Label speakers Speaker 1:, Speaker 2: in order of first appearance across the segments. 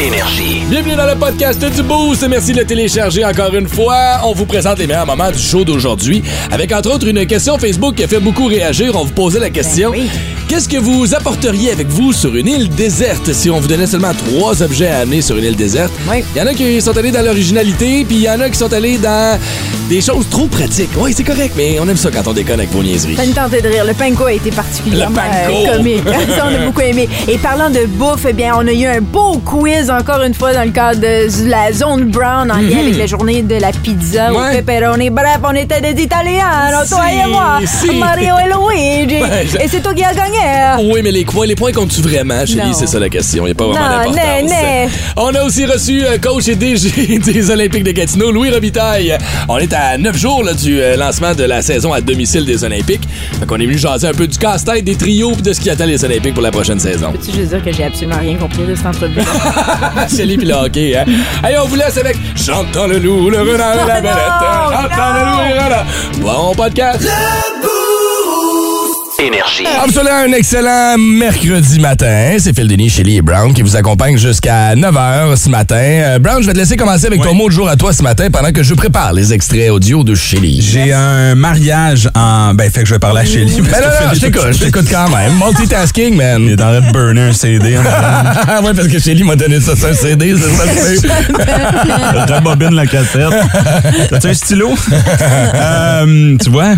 Speaker 1: Énergie.
Speaker 2: Bienvenue dans le podcast du Boost. Merci de le télécharger encore une fois. On vous présente les meilleurs moments du show d'aujourd'hui avec entre autres une question Facebook qui a fait beaucoup réagir. On vous posait la question. Qu'est-ce que vous apporteriez avec vous sur une île déserte si on vous donnait seulement trois objets à amener sur une île déserte?
Speaker 3: Oui.
Speaker 2: Il y en a qui sont allés dans l'originalité, puis il y en a qui sont allés dans des choses trop pratiques. Oui, c'est correct, mais on aime ça quand on déconne avec vos niaiseries.
Speaker 3: Ça nous tentait de rire. Le panko a été particulièrement
Speaker 2: Le panko.
Speaker 3: euh, comique. Ça, on a beaucoup aimé. Et parlant de bouffe, eh bien, on a eu un beau quiz encore une fois dans le cadre de la zone brown en lien avec la journée de la pizza
Speaker 2: Mhm. Ouais.
Speaker 3: au pepperoni. Bref, on était des Italiens, alors toi
Speaker 2: Si,
Speaker 3: et moi,
Speaker 2: si.
Speaker 3: Mario et Luigi.
Speaker 2: Ouais, je-
Speaker 3: Et c'est toi qui as gagné.
Speaker 2: Ah Oui, mais les points, les points comptent-tu vraiment, Chélie?
Speaker 3: Non.
Speaker 2: C'est ça la question. Il n'y a pas vraiment
Speaker 3: Non,
Speaker 2: d'importance.
Speaker 3: né, né.
Speaker 2: On a aussi reçu euh, coach et DG des Olympiques de Gatineau, Louis Robitaille. On est à neuf jours là, du euh, lancement de la saison à domicile des Olympiques. Fait qu'on est venu jaser un peu du casse-tête, des trios pis de ce qui attend les Olympiques pour la prochaine saison.
Speaker 3: Peux-tu juste dire que j'ai absolument rien compris de cette entrevue?
Speaker 2: Ah, Chélie puis le hockey, hein? Allez, on vous laisse avec J'entends le loup, le renard et la belette.
Speaker 3: Oh, Non,
Speaker 2: J'entends le loup et le renard. Bon podcast.
Speaker 1: Énergie.
Speaker 2: Absolument un excellent mercredi matin. C'est Phil Denis, Shelly et Brown qui vous accompagnent jusqu'à 9h ce matin. Euh, Brown, je vais te laisser commencer avec ton mot de jour à toi ce matin pendant que je prépare les extraits audio de Shelly.
Speaker 4: J'ai un mariage en. Ben, fait que je vais parler à Shelly.
Speaker 2: Ben non, non, je t'écoute, je t'écoute quand même. Multitasking, man.
Speaker 4: Il est en train de burner un CD. en attendant.
Speaker 2: ouais, parce que Shelly m'a donné ça sur un CD, c'est ça le fait.
Speaker 4: Je rebobine la cassette. T'as-tu un stylo? Euh, tu vois,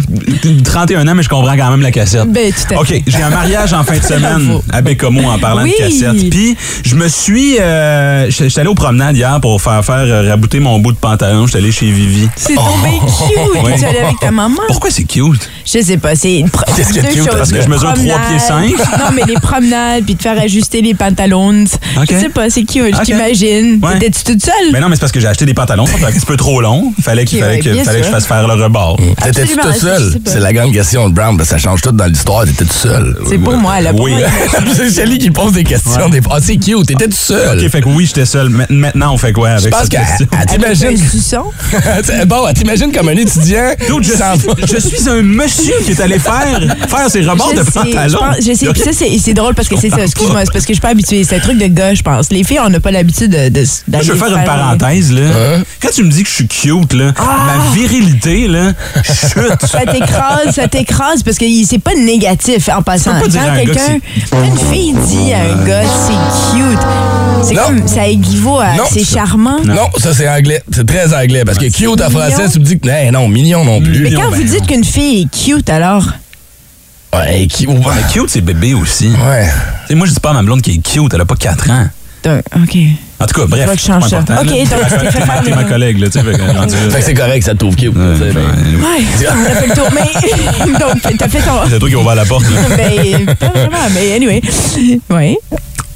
Speaker 4: 31 ans, mais je comprends quand même la cassette.
Speaker 3: Ben, tout à
Speaker 4: OK, j'ai un mariage en fin de semaine à Bécomo en parlant
Speaker 3: Oui.
Speaker 4: de cassette. Puis, je me suis. Euh, j'étais j'étais allé aux promenades hier pour faire faire euh, rabouter mon bout de pantalon. J'étais allé chez Vivi. Oh.
Speaker 3: C'est tombé
Speaker 2: Oh.
Speaker 3: cute.
Speaker 4: Oui.
Speaker 3: Tu es allé avec ta maman?
Speaker 4: Pourquoi c'est cute?
Speaker 3: Je sais pas, c'est une pro-
Speaker 2: Qu'est-ce qu'il y a de
Speaker 3: deux
Speaker 2: cute?
Speaker 3: choses.
Speaker 2: Parce que je
Speaker 4: mesure trois
Speaker 3: Promenade.
Speaker 4: pieds cinq.
Speaker 3: Non, mais les promenades, puis de faire ajuster les pantalons.
Speaker 4: Ok.
Speaker 3: Je sais pas, c'est cute, je
Speaker 4: Ok.
Speaker 3: t'imagine.
Speaker 4: Ouais. Ben,
Speaker 3: T'étais-tu toute seule?
Speaker 4: Mais non, mais c'est parce que j'ai acheté des pantalons. Ça fait un petit peu trop long. Fallait qu'il
Speaker 3: Ok,
Speaker 4: fallait
Speaker 3: ouais,
Speaker 4: que,
Speaker 3: bien
Speaker 4: fallait que je
Speaker 3: sûr.
Speaker 4: fasse faire le rebord.
Speaker 2: T'étais-tu
Speaker 3: Absolument,
Speaker 2: tout
Speaker 3: je sais
Speaker 2: seul?
Speaker 3: pas.
Speaker 2: C'est la grande question de Brown, parce que ça change tout dans l'histoire. T'étais tout seul.
Speaker 3: c'est pour moi, là. pour
Speaker 4: euh, oui.
Speaker 3: moi.
Speaker 2: c'est Shelly qui pose des questions. Des... Ah, c'est cute, t'étais tout seul.
Speaker 4: OK, fait que oui, j'étais seul. Ma- Maintenant, on fait quoi
Speaker 2: Je
Speaker 4: avec
Speaker 2: pense
Speaker 4: cette
Speaker 2: que
Speaker 4: question?
Speaker 2: ah,
Speaker 3: Un
Speaker 2: t'imagines
Speaker 3: suçon?
Speaker 2: T'sais, bon, t'imagines comme un étudiant
Speaker 4: Dude,
Speaker 2: qui
Speaker 4: je,
Speaker 2: s'en va.
Speaker 4: suis, je suis un monsieur qui est allé faire, faire ses rebords
Speaker 3: Je
Speaker 4: de
Speaker 3: sais, je
Speaker 4: pantalon.
Speaker 3: pense- Je sais, puis ça, c'est c'est drôle parce que c'est ça, excuse-moi, c'est parce que je suis pas habituée. C'est un truc de gars, je pense. Les filles, on n'a pas l'habitude de- de-
Speaker 4: Moi,
Speaker 3: d'aller.
Speaker 4: je veux faire une parenthèse, là. Quand tu me dis que je suis cute, là,
Speaker 3: Ah!
Speaker 4: ma virilité, là, chute.
Speaker 3: Ça t'écrase, ça t'écrase parce que il- c'est pas négatif en passant.
Speaker 4: peux pas dire à
Speaker 3: Quand
Speaker 4: un gars que
Speaker 3: quelqu'un, quand une fille dit à un gars c'est cute, c'est
Speaker 2: Non.
Speaker 3: comme ça équivaut à
Speaker 2: Non,
Speaker 3: c'est
Speaker 2: ça-
Speaker 3: charmant.
Speaker 2: Non, ça c'est anglais. C'est très anglais. Parce que cute en
Speaker 3: Mignon.
Speaker 2: français, tu me dis que hey, non, mignon non plus.
Speaker 3: Mais
Speaker 4: Mignon,
Speaker 3: quand
Speaker 4: ben
Speaker 3: vous
Speaker 4: non.
Speaker 3: dites qu'une fille est cute, alors,
Speaker 2: Ouais, qui- ouais.
Speaker 4: Mais cute, c'est bébé aussi.
Speaker 2: Ouais.
Speaker 4: Tu sais, moi, je dis pas à ma blonde qui est cute, elle a pas 4 ans.
Speaker 3: t'as- OK.
Speaker 4: En tout cas, bref.
Speaker 3: Je vais te changer
Speaker 4: c'est pas
Speaker 3: ça.
Speaker 4: important,
Speaker 3: Ok,
Speaker 4: là.
Speaker 3: donc, tu t'es fait faire
Speaker 4: T'es ma
Speaker 3: le-
Speaker 4: collègue, là, tu sais, fait que, rendu là.
Speaker 2: Fait que c'est correct, ça te trouve cute.
Speaker 4: Ouais,
Speaker 2: tu sais, ben,
Speaker 4: ben,
Speaker 3: Ouais, on a fait le tour. Mais, donc, t'as fait ton...
Speaker 4: C'est toi qui as ouvert la porte, là.
Speaker 3: Ben, pas vraiment, mais anyway. Oui.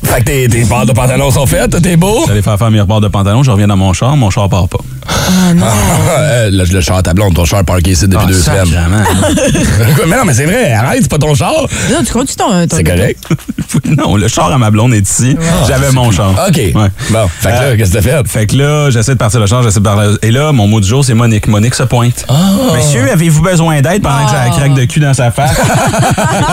Speaker 2: Fait que tes, tes barres de pantalon sont faites, t'es beau.
Speaker 4: J'allais faire faire mes rebords de pantalon, je reviens dans mon char, mon char part pas.
Speaker 3: Ah non.
Speaker 2: Euh, Là, je le char à ta blonde, ton char parké ici depuis
Speaker 4: Ah,
Speaker 2: deux semaines.
Speaker 4: sacrément.
Speaker 2: mais non, mais c'est vrai, arrête, c'est pas ton char.
Speaker 3: Non, tu continues ton... ton
Speaker 2: Ah. C'est correct.
Speaker 4: non, le char à ma blonde est ici. J'avais mon char.
Speaker 2: OK.
Speaker 4: Ouais.
Speaker 2: Bon, fait que là,
Speaker 4: Euh,
Speaker 2: qu'est-ce que t'as fait?
Speaker 4: Fait que là, j'essaie de partir le char, j'essaie de parler. Et là, mon mot du jour, c'est Monique. Monique se pointe.
Speaker 2: Ah.
Speaker 4: Monsieur, avez-vous besoin d'aide pendant que j'ai la craque de cul dans sa face?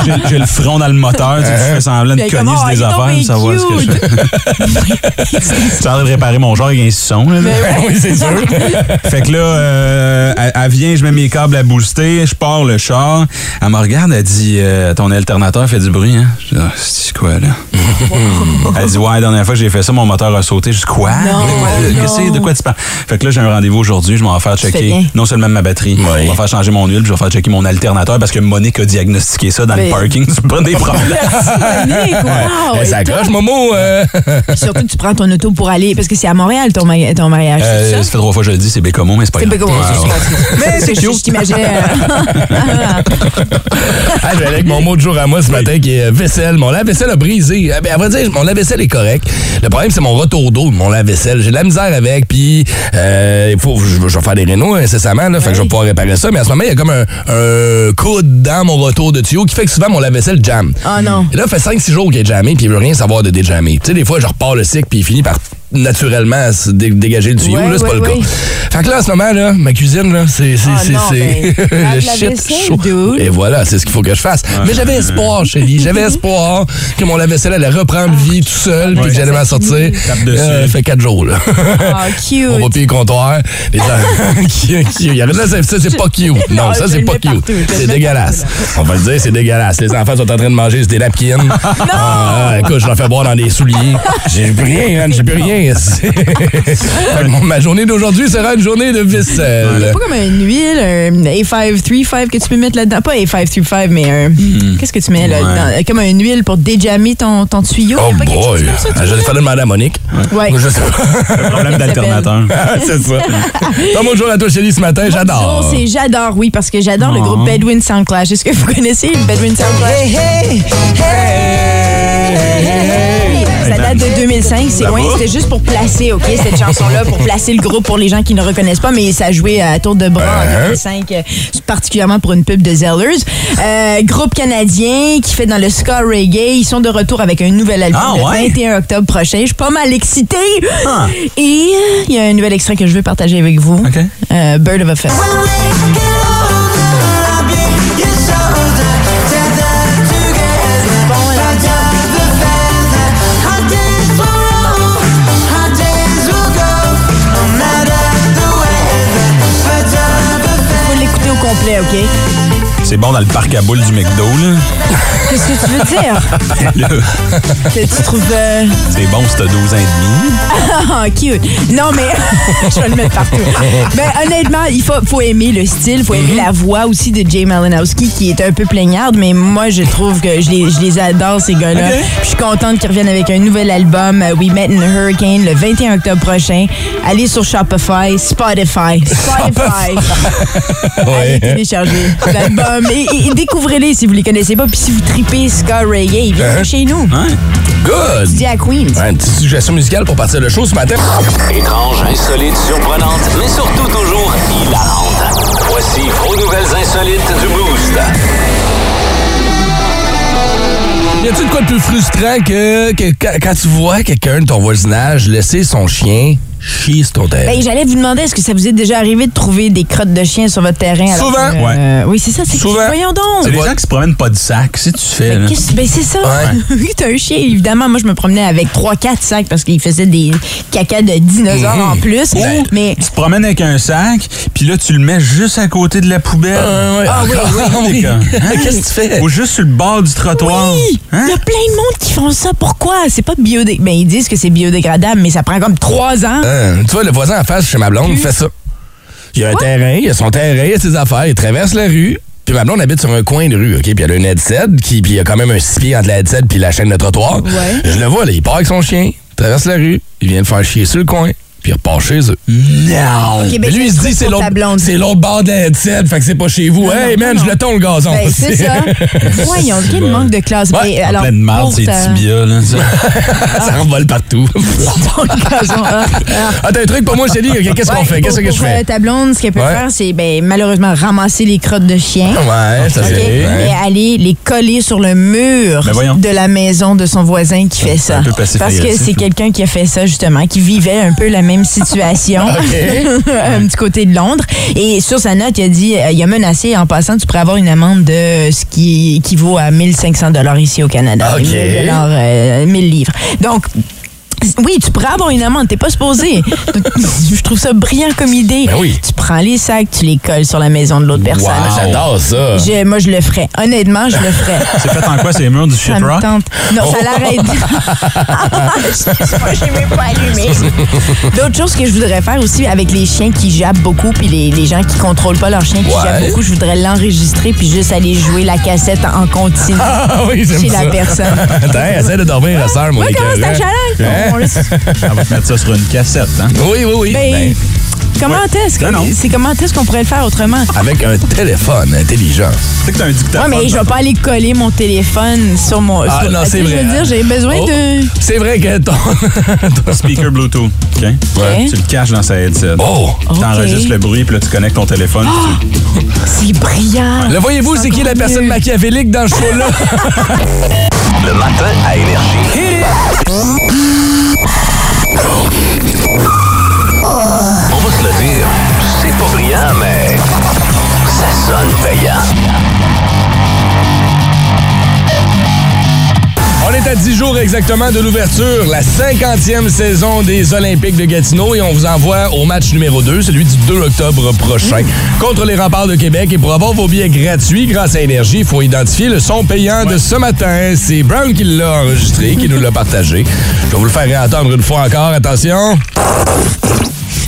Speaker 4: J'ai- J'ai le front dans le moteur, tu sais, je fais semblant de
Speaker 3: Puis elle est
Speaker 4: cogner
Speaker 3: comme,
Speaker 4: sur
Speaker 3: Oh, il
Speaker 4: des
Speaker 3: est
Speaker 4: affaires,
Speaker 3: tombé
Speaker 4: pour savoir ce que je fais. Je suis en train de réparer mon genre avec un sisson. là.
Speaker 3: Ben
Speaker 2: oui, c'est sûr.
Speaker 4: Fait que là, euh, elle, elle vient, je mets mes câbles à booster, je pars le char. Elle me regarde, elle dit euh, Ton alternateur fait du bruit, hein? Je dis Ah, C'est quoi, là Elle dit Ouais, la dernière fois que j'ai fait ça, mon moteur a sauté. Je dis Quoi
Speaker 3: Non,
Speaker 4: Mais quoi, qu'est-ce que- De quoi tu parles Fait que là, j'ai un rendez-vous aujourd'hui, je m'en vais faire
Speaker 3: fais bien.
Speaker 4: checker non seulement ma batterie, je vais faire changer mon huile, puis je vais faire checker mon alternateur parce que Monique a diagnostiqué ça dans
Speaker 3: Mais-
Speaker 4: le parking du pas des problèmes.
Speaker 3: Monique, wow,
Speaker 2: Eh, ça
Speaker 3: et toi,
Speaker 2: accroche, Momo. euh.
Speaker 3: puis Surtout que tu prends ton auto pour aller... Parce que c'est à Montréal, ton, mari- ton mariage, c'est ça?
Speaker 4: Euh, ça fait trois fois que je le dis, c'est Bécomo, mais c'est pas
Speaker 3: C'est
Speaker 4: grave.
Speaker 3: pas comment
Speaker 4: Ouais, ouais.
Speaker 3: Mais c'est Je t'imaginais... euh,
Speaker 2: Ah, je vais aller avec mon mot de jour à moi ce matin qui est euh, vaisselle. Mon lave-vaisselle a brisé. Eh bien, à vrai dire, mon lave-vaisselle est correct. Le problème, c'est mon retour d'eau de mon lave-vaisselle. J'ai de la misère avec, puis euh, il faut, je, je vais faire des rénaux incessamment, là, fait que je vais pouvoir réparer ça. Mais à ce moment, il y a comme un, un coude dans mon retour de tuyau qui fait que souvent, mon lave-vaisselle jam.
Speaker 3: Oh non.
Speaker 2: Et là, ça fait 5-6 jours qu'il est jammé, puis il veut rien savoir de déjammer. Tu sais, des fois, je repars le cycle, puis il finit par naturellement se dé- dégager le tuyau.
Speaker 3: Ouais,
Speaker 2: là, c'est
Speaker 3: ouais,
Speaker 2: pas
Speaker 3: ouais.
Speaker 2: le cas. Fait que là, en ce moment, là, ma cuisine, là, c'est c'est-
Speaker 3: Ah
Speaker 2: c'est-
Speaker 3: non,
Speaker 2: c'est
Speaker 3: ben, lave
Speaker 2: le
Speaker 3: la
Speaker 2: shit
Speaker 3: vaisselle,
Speaker 2: chaud.
Speaker 3: dude.
Speaker 2: Et voilà, c'est ce qu'il faut que je fasse. Mais j'avais espoir, chérie. J'avais espoir que mon lave-vaisselle allait reprendre vie tout seul, puis que j'allais m'en sortir.
Speaker 4: Tape dessus.
Speaker 2: Euh, fait quatre jours, là.
Speaker 3: Ah, cute.
Speaker 2: On va payer le comptoir. Les gens, cute, cute. Il y en a là, ça, ça, c'est pas cute. Non,
Speaker 3: Non,
Speaker 2: ça,
Speaker 3: Ah, je
Speaker 2: c'est
Speaker 3: le
Speaker 2: pas
Speaker 3: mets partout,
Speaker 2: cute.
Speaker 3: je le mets
Speaker 2: C'est
Speaker 3: partout,
Speaker 2: dégueulasse. On va le dire, c'est dégueulasse. Les enfants sont en train de manger des napkins. Non! écoute, je leur fais boire dans des souliers. J'ai plus rien, man, j'ai plus rien. Fait que mon- Ma journée d'aujourd'hui sera une journée de
Speaker 3: C'est
Speaker 2: vaisselle.
Speaker 3: pas comme une huile, un A535 que tu peux mettre là-dedans. Pas A535, mais un.
Speaker 2: Hmm.
Speaker 3: Qu'est-ce que tu mets là
Speaker 4: Ouais.
Speaker 3: dedans? Comme une huile pour déjammer ton, ton tuyau.
Speaker 2: Oh
Speaker 3: Y a pas quelque chose
Speaker 2: boy!
Speaker 3: comme ça, tu
Speaker 2: Je vais falloir demander à Monique.
Speaker 3: vois? Ouais.
Speaker 2: Je sais pas.
Speaker 4: Problème d'alternateur.
Speaker 2: c'est ça. Donc, bonjour à toi, Chélie, ce matin.
Speaker 3: Toujours,
Speaker 2: J'adore.
Speaker 3: c'est j'adore, oui, parce que j'adore le
Speaker 4: Non.
Speaker 3: groupe Bedouin Soundclash. Est-ce que vous connaissez le Bedouin Soundclash? Oui, Ça date de 2005, c'est loin. C'était juste pour placer, OK, cette chanson-là, pour placer le groupe pour les gens qui ne reconnaissent pas, mais ça jouait à tour de bras
Speaker 4: Hein?
Speaker 3: en 2005, euh, particulièrement pour une pub de Zellers. Euh, groupe canadien qui fait dans le ska reggae. Ils sont de retour avec un nouvel album
Speaker 4: Ah,
Speaker 3: le
Speaker 4: ouais?
Speaker 3: 21 octobre prochain. Je suis pas mal excitée. Et euh, il y a un nouvel extrait que je veux partager avec vous.
Speaker 4: OK.
Speaker 3: Euh, Bird of a Feather. Bon, là, faut l'écouter au complet, OK?
Speaker 4: C'est bon dans le parc à boules du McDo, là.
Speaker 3: Qu'est-ce que tu veux dire?
Speaker 4: Là,
Speaker 3: que tu trouves... euh,
Speaker 4: C'est bon, c'est 12 ans et demi.
Speaker 3: Ah, cute. Non, mais je vais le mettre partout. Ben, honnêtement, il faut, faut aimer le style, faut aimer la voix aussi de Jay Malinowski qui est un peu plaignarde, mais moi, je trouve que je les, je les adore, ces gars-là. Puis Je suis contente qu'ils reviennent avec un nouvel album, euh, We Met in a Hurricane, le 21 octobre prochain. Allez sur Shopify, Spotify, Spotify. Allez télécharger l'album et, et- et découvrez-les si vous les connaissez pas. Puis si vous tripez Ska Reggae, viens chez nous.
Speaker 4: Ouais.
Speaker 2: Good!
Speaker 3: Dis à Queens.
Speaker 2: Ouais, une petite suggestion musicale pour partir le show ce matin.
Speaker 1: Étrange, insolite, surprenante, mais surtout toujours hilarante. Voici vos nouvelles insolites du Boost.
Speaker 2: Y a-tu de quoi de plus frustrant que, que quand, quand tu vois quelqu'un de ton voisinage laisser son chien chier sur ton terrain?
Speaker 3: Ben, j'allais vous demander, est-ce que ça vous est déjà arrivé de trouver des crottes de chien sur votre terrain? alors
Speaker 2: Souvent.
Speaker 3: que, euh, Oui, c'est ça. C'est
Speaker 2: Souvent.
Speaker 3: Voyons
Speaker 4: C'est
Speaker 3: donc.
Speaker 4: les
Speaker 2: Ouais.
Speaker 4: gens qui se promènent pas du sac, si tu fais, là.
Speaker 3: Oh, Qu'est-ce- Ben, c'est ça.
Speaker 2: Ouais.
Speaker 3: Oui, t'as un chien, évidemment. Moi, je me promenais avec 3-4 sacs parce qu'il faisait des cacas de dinosaures
Speaker 2: Mhm.
Speaker 3: en plus.
Speaker 4: Ou
Speaker 3: Mais.
Speaker 4: tu te promènes avec un sac, puis là, tu le mets juste à côté de la poubelle.
Speaker 2: Ah oui,
Speaker 4: T'es comme, hein?
Speaker 2: Qu'est-ce que tu fais?
Speaker 4: Ou juste sur le bord du trottoir.
Speaker 3: Oui!
Speaker 4: Hein?
Speaker 3: Il y a plein de monde qui font ça. Pourquoi? C'est pas biodégradable. Ben, ils disent que c'est biodégradable, mais ça prend comme 3 ans.
Speaker 2: Hein, tu vois, le voisin en face chez ma blonde fait ça. Il y a un terrain, il y a son terrain, il y a ses affaires, il traverse la rue. Puis ma blonde habite sur un coin de rue, OK? Puis elle a une headset, qui, puis il y a quand même un six pieds entre la headset puis la chaîne de trottoir.
Speaker 3: Ouais.
Speaker 2: Je le vois, là, il part avec son chien, traverse la rue, il vient le faire chier sur le coin, puis il repart chez eux.
Speaker 4: Non!
Speaker 3: Ok, ben,
Speaker 2: Mais lui, il
Speaker 3: c'est
Speaker 2: se dit,
Speaker 3: pour
Speaker 2: c'est
Speaker 3: ta
Speaker 2: l'autre,
Speaker 3: blonde.
Speaker 2: c'est l'autre bord de la headset, fait que c'est pas chez vous. hey, man, je le tond le gazon.
Speaker 3: Ben, c'est ça. Voyons, quel manque de classe.
Speaker 2: Ouais,
Speaker 3: Ben,
Speaker 4: En
Speaker 3: alors,
Speaker 4: plein de marde,
Speaker 3: pour
Speaker 4: ces
Speaker 3: ta-
Speaker 4: tibias, là. ça.
Speaker 2: ça envole partout. ah, t'as un truc pour moi, Chélie? Ok, Qu'est-ce qu'on
Speaker 3: Ouais,
Speaker 2: fait? Qu'est-ce
Speaker 3: pour-
Speaker 2: que je
Speaker 3: pour, euh,
Speaker 2: fais?
Speaker 3: ta blonde, ce qu'elle peut
Speaker 2: Ouais.
Speaker 3: faire, c'est ben, malheureusement ramasser les crottes de chien.
Speaker 2: Ouais, ça
Speaker 3: OK?
Speaker 2: c'est.
Speaker 3: Mais aller les coller sur le mur
Speaker 4: Ben voyons.
Speaker 3: de la maison de son voisin qui fait ça.
Speaker 4: un peu passif
Speaker 3: Parce que
Speaker 4: agressif,
Speaker 3: c'est
Speaker 4: là.
Speaker 3: quelqu'un qui a fait ça, justement, qui vivait un peu la même situation euh, du côté de Londres. Et sur sa note, il a dit, euh, il a menacé, en passant, tu pourrais avoir une amende de ce qui équivaut à 1500 dollars ici au Canada.
Speaker 2: OK.
Speaker 3: 1000 dollars, euh, 1000 livres. Donc, oui, tu pourrais avoir une amende, t'es pas supposé. Donc, Je trouve ça brillant comme idée.
Speaker 2: Ben oui.
Speaker 3: Tu prends les sacs, tu les colles sur la maison de l'autre personne.
Speaker 2: Ah, J'adore ça.
Speaker 3: Je- moi, je le ferais. Honnêtement, je le ferais.
Speaker 4: C'est fait en quoi ces murs du
Speaker 3: Ça me
Speaker 4: shiprock?
Speaker 3: tente. Non, ça
Speaker 2: Oh.
Speaker 3: l'arrête. Excuse-moi, j'ai même pas allumé. D'autres choses que je voudrais faire aussi avec les chiens qui jappent beaucoup, puis les, les gens qui contrôlent pas leurs chiens qui
Speaker 2: Ouais.
Speaker 3: jappent beaucoup, je voudrais l'enregistrer, puis juste aller jouer la cassette en continu
Speaker 2: Ah oui, j'aime
Speaker 3: chez
Speaker 2: ça.
Speaker 3: la personne.
Speaker 2: Attends, essaie de dormir la soeur, mon
Speaker 3: Moi, comment
Speaker 2: écœurant.
Speaker 3: ça
Speaker 2: Hein?
Speaker 3: challenge? On le sait.
Speaker 4: Ah, On va te mettre ça sur une cassette, hein?
Speaker 2: Oui, oui, oui.
Speaker 3: Ben,
Speaker 2: Ben,
Speaker 3: Comment est-ce
Speaker 4: Non, non.
Speaker 3: que- c'est comment est-ce qu'on pourrait le faire autrement?
Speaker 2: avec un téléphone intelligent.
Speaker 4: Tu sais que t'as un
Speaker 3: Ouais,
Speaker 4: dictaphone.
Speaker 3: mais je vais pas aller coller mon téléphone sur mon.
Speaker 2: Ah,
Speaker 3: sur-
Speaker 2: non,
Speaker 3: tu sais,
Speaker 2: c'est vrai,
Speaker 3: Je veux
Speaker 2: hein.
Speaker 3: dire, j'ai besoin
Speaker 2: Oh.
Speaker 3: de.
Speaker 2: C'est vrai que ton.
Speaker 4: Un speaker Bluetooth. OK?
Speaker 3: Ouais.
Speaker 4: Tu le caches dans sa headset.
Speaker 2: Oh!
Speaker 4: Tu T'enregistres le bruit, puis là, tu connectes ton téléphone. puis tu-
Speaker 3: C'est brillant.
Speaker 2: Le voyez-vous, c'est qui la personne machiavélique dans ce show-là?
Speaker 1: Le matin à Énergie. On va se le dire, c'est pas brillant, mais ça sonne payant.
Speaker 2: On est à 10 jours exactement de l'ouverture, la 50e saison des Olympiques de Gatineau et on vous envoie au match numéro 2, celui du 2 octobre prochain, contre les remparts de Québec. Et pour avoir vos billets gratuits grâce à Énergie, il faut identifier le son payant de ce matin. C'est Brown qui l'a enregistré, qui nous l'a partagé. Je vais vous le faire entendre une fois encore. Attention.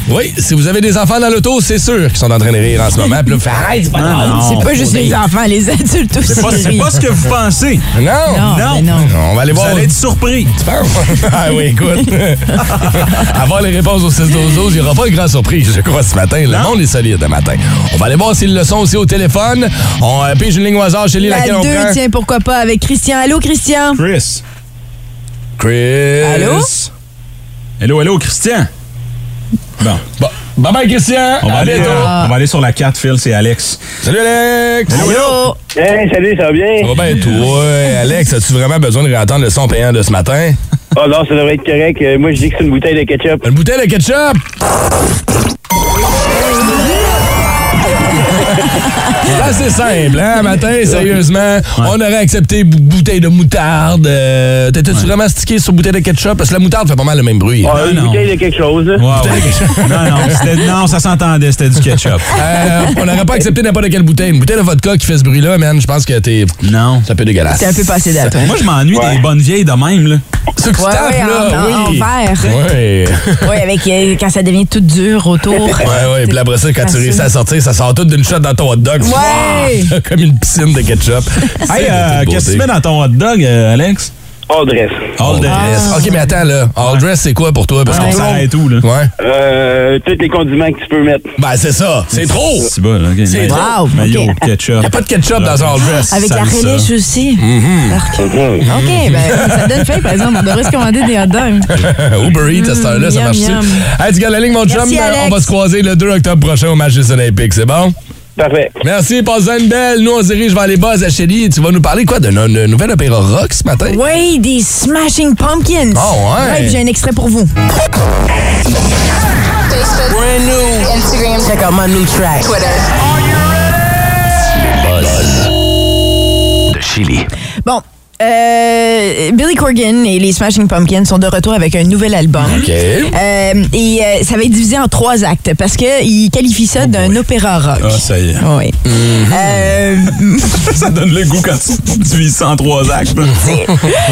Speaker 2: Oui, si vous avez des enfants dans l'auto, c'est sûr qu'ils sont en train de rire en ce moment. Puis là, vous faites, arrête, c'est pas drôle.
Speaker 4: non.
Speaker 3: C'est pas juste les enfants, les adultes aussi.
Speaker 4: Ah, C'est pas, c'est pas ce que vous pensez.
Speaker 2: Non.
Speaker 3: Non,
Speaker 4: Non.
Speaker 3: mais non.
Speaker 2: On va aller
Speaker 4: Vous
Speaker 2: voir.
Speaker 4: allez être surpris.
Speaker 2: ah oui, écoute. Avant les réponses au 6 12 12, il n'y aura pas de grande surprise, je crois, ce matin. Le monde est solide le matin. On va aller voir s'ils le sont aussi au téléphone. On euh, pige une ligne au hasard chez lui,
Speaker 3: La
Speaker 2: laquelle on
Speaker 3: 2,
Speaker 2: prend.
Speaker 3: tiens, pourquoi pas, avec Christian. Allô, Christian?
Speaker 4: Chris.
Speaker 2: Chris.
Speaker 3: Allô?
Speaker 4: Hello, hello, Christian. Bon,
Speaker 2: Bon. Bye bye, Christian.
Speaker 4: on va,
Speaker 2: à
Speaker 4: aller,
Speaker 2: bientôt.
Speaker 4: euh, on va aller sur la 4, Phil, c'est Alex.
Speaker 2: Salut, Alex.
Speaker 3: Allô?
Speaker 5: Hey, salut, ça va bien?
Speaker 2: Ça va bien, Oh, ben, toi? Alex, as-tu vraiment besoin de réentendre le son payant de ce matin?
Speaker 5: Oh non, ça devrait être correct. Euh, moi, je dis que c'est une bouteille de ketchup.
Speaker 2: Une bouteille de ketchup! C'est assez simple, hein, matin, sérieusement. On aurait accepté bou- bouteille de moutarde. Euh, T'étais-tu vraiment stické sur bouteille de ketchup? Parce que la moutarde fait pas mal le même bruit.
Speaker 5: Ah, une
Speaker 4: non.
Speaker 5: bouteille de quelque chose. là.
Speaker 4: Ouais, ouais. non, non, c'était- non, ça s'entendait, c'était du ketchup.
Speaker 2: Euh, on n'aurait pas accepté n'importe quelle bouteille. Une bouteille de vodka qui fait ce bruit-là, man, je pense que t'es...
Speaker 4: Non.
Speaker 2: C'est un peu dégueulasse.
Speaker 3: T'es un peu passé date. hein?
Speaker 4: Moi, je m'ennuie des bonnes vieilles de même, là.
Speaker 2: Ceux qui
Speaker 3: Ouais,
Speaker 2: tapent,
Speaker 3: ouais,
Speaker 2: là,
Speaker 3: en- en-
Speaker 2: oui.
Speaker 3: en verre.
Speaker 2: Ouais.
Speaker 3: Oui, avec euh, quand ça devient tout dur autour.
Speaker 2: Ouais, ouais. Puis après ça, quand tu
Speaker 3: Facile.
Speaker 2: réussis à sortir, ça sort tout d'une shot dans ton hot dog.
Speaker 3: Ouais.
Speaker 2: Wow! Comme une piscine de ketchup.
Speaker 4: Hey,
Speaker 2: C'est de
Speaker 4: euh,
Speaker 2: toute
Speaker 4: qu'est-ce que tu
Speaker 2: beauté.
Speaker 4: mets dans ton hot dog, euh, Alex?
Speaker 5: All dress.
Speaker 4: All the rest.
Speaker 2: OK, mais attends, là. All dress, c'est quoi pour toi? Parce
Speaker 4: On
Speaker 2: que
Speaker 4: s'arrête où, là?
Speaker 2: Ouais.
Speaker 5: Euh, tous les condiments que tu peux mettre.
Speaker 2: Ben, c'est ça. C'est trop.
Speaker 4: C'est bon, là. ok.
Speaker 2: C'est
Speaker 4: Mayo-
Speaker 3: drôle.
Speaker 4: Mayo,
Speaker 3: Ok.
Speaker 4: ketchup.
Speaker 2: Il a pas de ketchup dans un all dress.
Speaker 3: Avec la
Speaker 4: Salsa.
Speaker 3: relish aussi.
Speaker 4: Mhm.
Speaker 3: Marc. OK, ben, ça donne faim, par exemple. On devrait se commander des hot dogs.
Speaker 2: Uber Eats, à cette heure-là, ça
Speaker 3: Mm, Yum,
Speaker 2: marche-tu?
Speaker 3: yum.
Speaker 2: Hey, tu gagnes la ligne, mon
Speaker 3: Merci,
Speaker 2: chum. Euh, On va
Speaker 3: Alex.
Speaker 2: se croiser le 2 octobre prochain au match des Olympiques. C'est bon?
Speaker 5: Parfait.
Speaker 2: Merci, passe une belle. Nous, on se dirige vers les buzz à Chélie. Tu vas nous parler quoi? D'un d'un nouvel opéra rock ce matin?
Speaker 3: Oui, des Smashing Pumpkins.
Speaker 4: Ah,
Speaker 2: Oh, ouais.
Speaker 3: puis j'ai un extrait pour vous.
Speaker 6: Brand new. Instagram. Check out my new track.
Speaker 7: Twitter.
Speaker 1: De Chili.
Speaker 3: Bon. euh, Billy Corgan et les Smashing Pumpkins sont de retour avec un nouvel album.
Speaker 2: OK.
Speaker 3: Euh, et euh, ça va être divisé en trois actes parce qu'ils qualifient ça d'un opéra rock.
Speaker 4: Oh, Ah, ça y est.
Speaker 3: Oui.
Speaker 2: Mhm.
Speaker 3: Euh,
Speaker 4: Ça donne le goût quand tu divises ça en trois actes. là.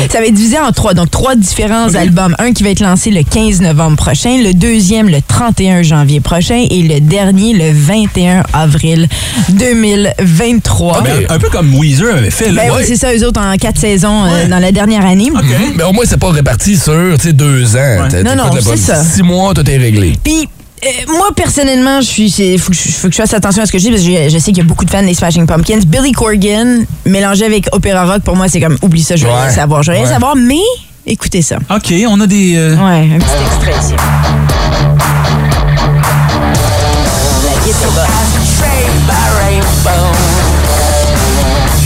Speaker 3: Ça va être divisé en trois, donc trois différents albums. Un qui va être lancé le 15 novembre prochain, le deuxième le 31 janvier prochain et le dernier le 21 avril 2023.
Speaker 4: Mais Ben, Un peu comme Weezer avait fait, là.
Speaker 3: Ben oui, c'est ça, eux autres en quatre saisons euh, dans la dernière année.
Speaker 2: Mais au moins, c'est pas réparti sur tu sais, deux ans. T'as-
Speaker 3: Non,
Speaker 2: t'écoutes
Speaker 3: non,
Speaker 2: la
Speaker 3: c'est
Speaker 2: bonne-
Speaker 3: ça.
Speaker 2: Six mois, tout est réglé.
Speaker 3: Puis, euh, moi, personnellement, je suis. c'est- Faut que, je- faut que je fasse attention à ce que je dis parce que je, je sais qu'il y a beaucoup de fans des Smashing Pumpkins. Billy Corgan, mélangé avec Opéra Rock, pour moi, c'est comme oublie ça, je veux
Speaker 2: Ouais.
Speaker 3: rien savoir. Je veux rien
Speaker 2: Ouais.
Speaker 3: savoir, mais écoutez ça.
Speaker 4: OK, on a des... euh,
Speaker 3: Ouais, un petit extrait ici.
Speaker 6: Saved by rainbow.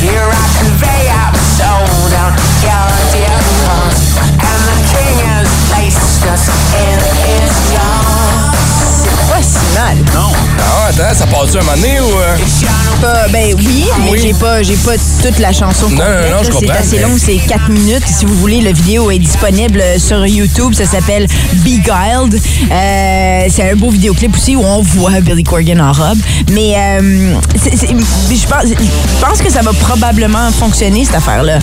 Speaker 6: Here I convey our soul down your dear lungs. And the king has placed us in his arms.
Speaker 3: C'est pas si mal.
Speaker 2: Ah, attends, ça passe-tu un moment donné ou... euh?
Speaker 3: Pas- ben oui, mais
Speaker 2: Oui.
Speaker 3: j'ai pas, j'ai pas toute la chanson
Speaker 2: Non,
Speaker 3: complète.
Speaker 2: non, non, je
Speaker 3: là.
Speaker 2: comprends,
Speaker 3: C'est assez
Speaker 2: mais-
Speaker 3: long, c'est 4 minutes. Si vous voulez, la vidéo est disponible euh, sur YouTube. Ça s'appelle Beguiled. Euh, c'est un beau vidéoclip aussi où on voit Billy Corgan en robe. Mais euh, c'est- c'est- je pense, je pense que ça va probablement fonctionner cette affaire-là.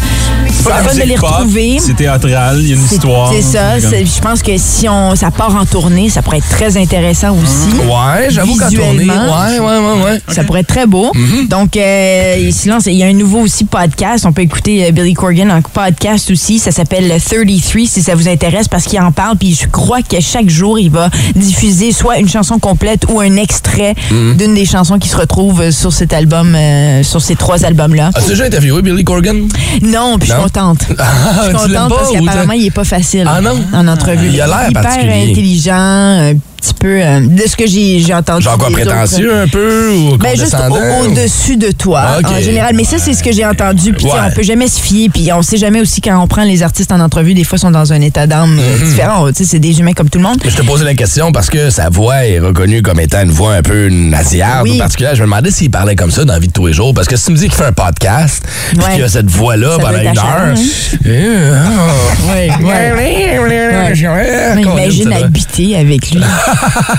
Speaker 3: C'est
Speaker 4: la
Speaker 3: pas de
Speaker 4: musique
Speaker 3: les
Speaker 4: pop,
Speaker 3: retrouver.
Speaker 4: Ah, C'est théâtral, il y a une
Speaker 3: C'est-
Speaker 4: histoire.
Speaker 3: C'est ça.
Speaker 4: comme-
Speaker 3: c'est- Je pense que si on, ça part en tournée, ça pourrait être très intéressant aussi.
Speaker 2: Ouais, j'avoue qu'à tourner. Ouais,
Speaker 3: Visuellement,
Speaker 2: ouais, ouais, ouais.
Speaker 3: Ça pourrait être très beau. Donc, euh, silence, il y a un nouveau aussi podcast. On peut écouter euh, Billy Corgan en podcast aussi. Ça s'appelle 33 si ça vous intéresse parce qu'il en parle. Puis je crois que chaque jour, il va diffuser soit une chanson complète ou un extrait d'une des chansons qui se retrouvent sur cet album, euh, sur ces trois albums-là.
Speaker 2: As-tu déjà interviewé Billy Corgan?
Speaker 3: Non, puis je suis
Speaker 2: Ah, Non.
Speaker 3: contente. Je
Speaker 2: Ah,
Speaker 3: suis
Speaker 2: tu l'aimes
Speaker 3: contente
Speaker 2: pas
Speaker 3: parce
Speaker 2: ou t'as-
Speaker 3: qu'apparemment, il est pas facile
Speaker 2: Ah non?
Speaker 3: en hein, entrevue.
Speaker 2: Il a l'air
Speaker 3: Hyper
Speaker 2: particulier.
Speaker 3: intelligent, un petit peu euh, de ce que j'ai j'ai entendu.
Speaker 2: Genre quoi,
Speaker 3: des autres.
Speaker 2: prétentieux un peu ou
Speaker 3: Ben, juste
Speaker 2: condescendant?
Speaker 3: au- au-dessus de toi,
Speaker 2: Ah, ok.
Speaker 3: en général. Mais ça, c'est ce que j'ai entendu. Puis, tu sais,
Speaker 2: Ouais.
Speaker 3: on peut jamais se fier. Puis, on sait jamais aussi quand on prend les artistes en entrevue, des fois, ils sont dans un état d'âme
Speaker 2: Mm-hmm.
Speaker 3: euh, différent. Tu sais, c'est des humains comme tout le monde.
Speaker 2: Mais Je te posais la question parce que sa voix est reconnue comme étant une voix un peu nasillarde
Speaker 3: Oui.
Speaker 2: ou particulière. Je me demandais s'il parlait comme ça dans la vie de tous les jours. Parce que si tu me dis qu'il fait un podcast puis
Speaker 3: Ouais.
Speaker 2: qu'il a cette voix-là
Speaker 3: Ça doit
Speaker 2: pendant
Speaker 3: être hein?
Speaker 2: une
Speaker 3: acharné,
Speaker 2: heure. euh, ah.
Speaker 3: Mais
Speaker 2: Colin,
Speaker 3: imagine
Speaker 2: ça doit-
Speaker 3: habiter avec lui.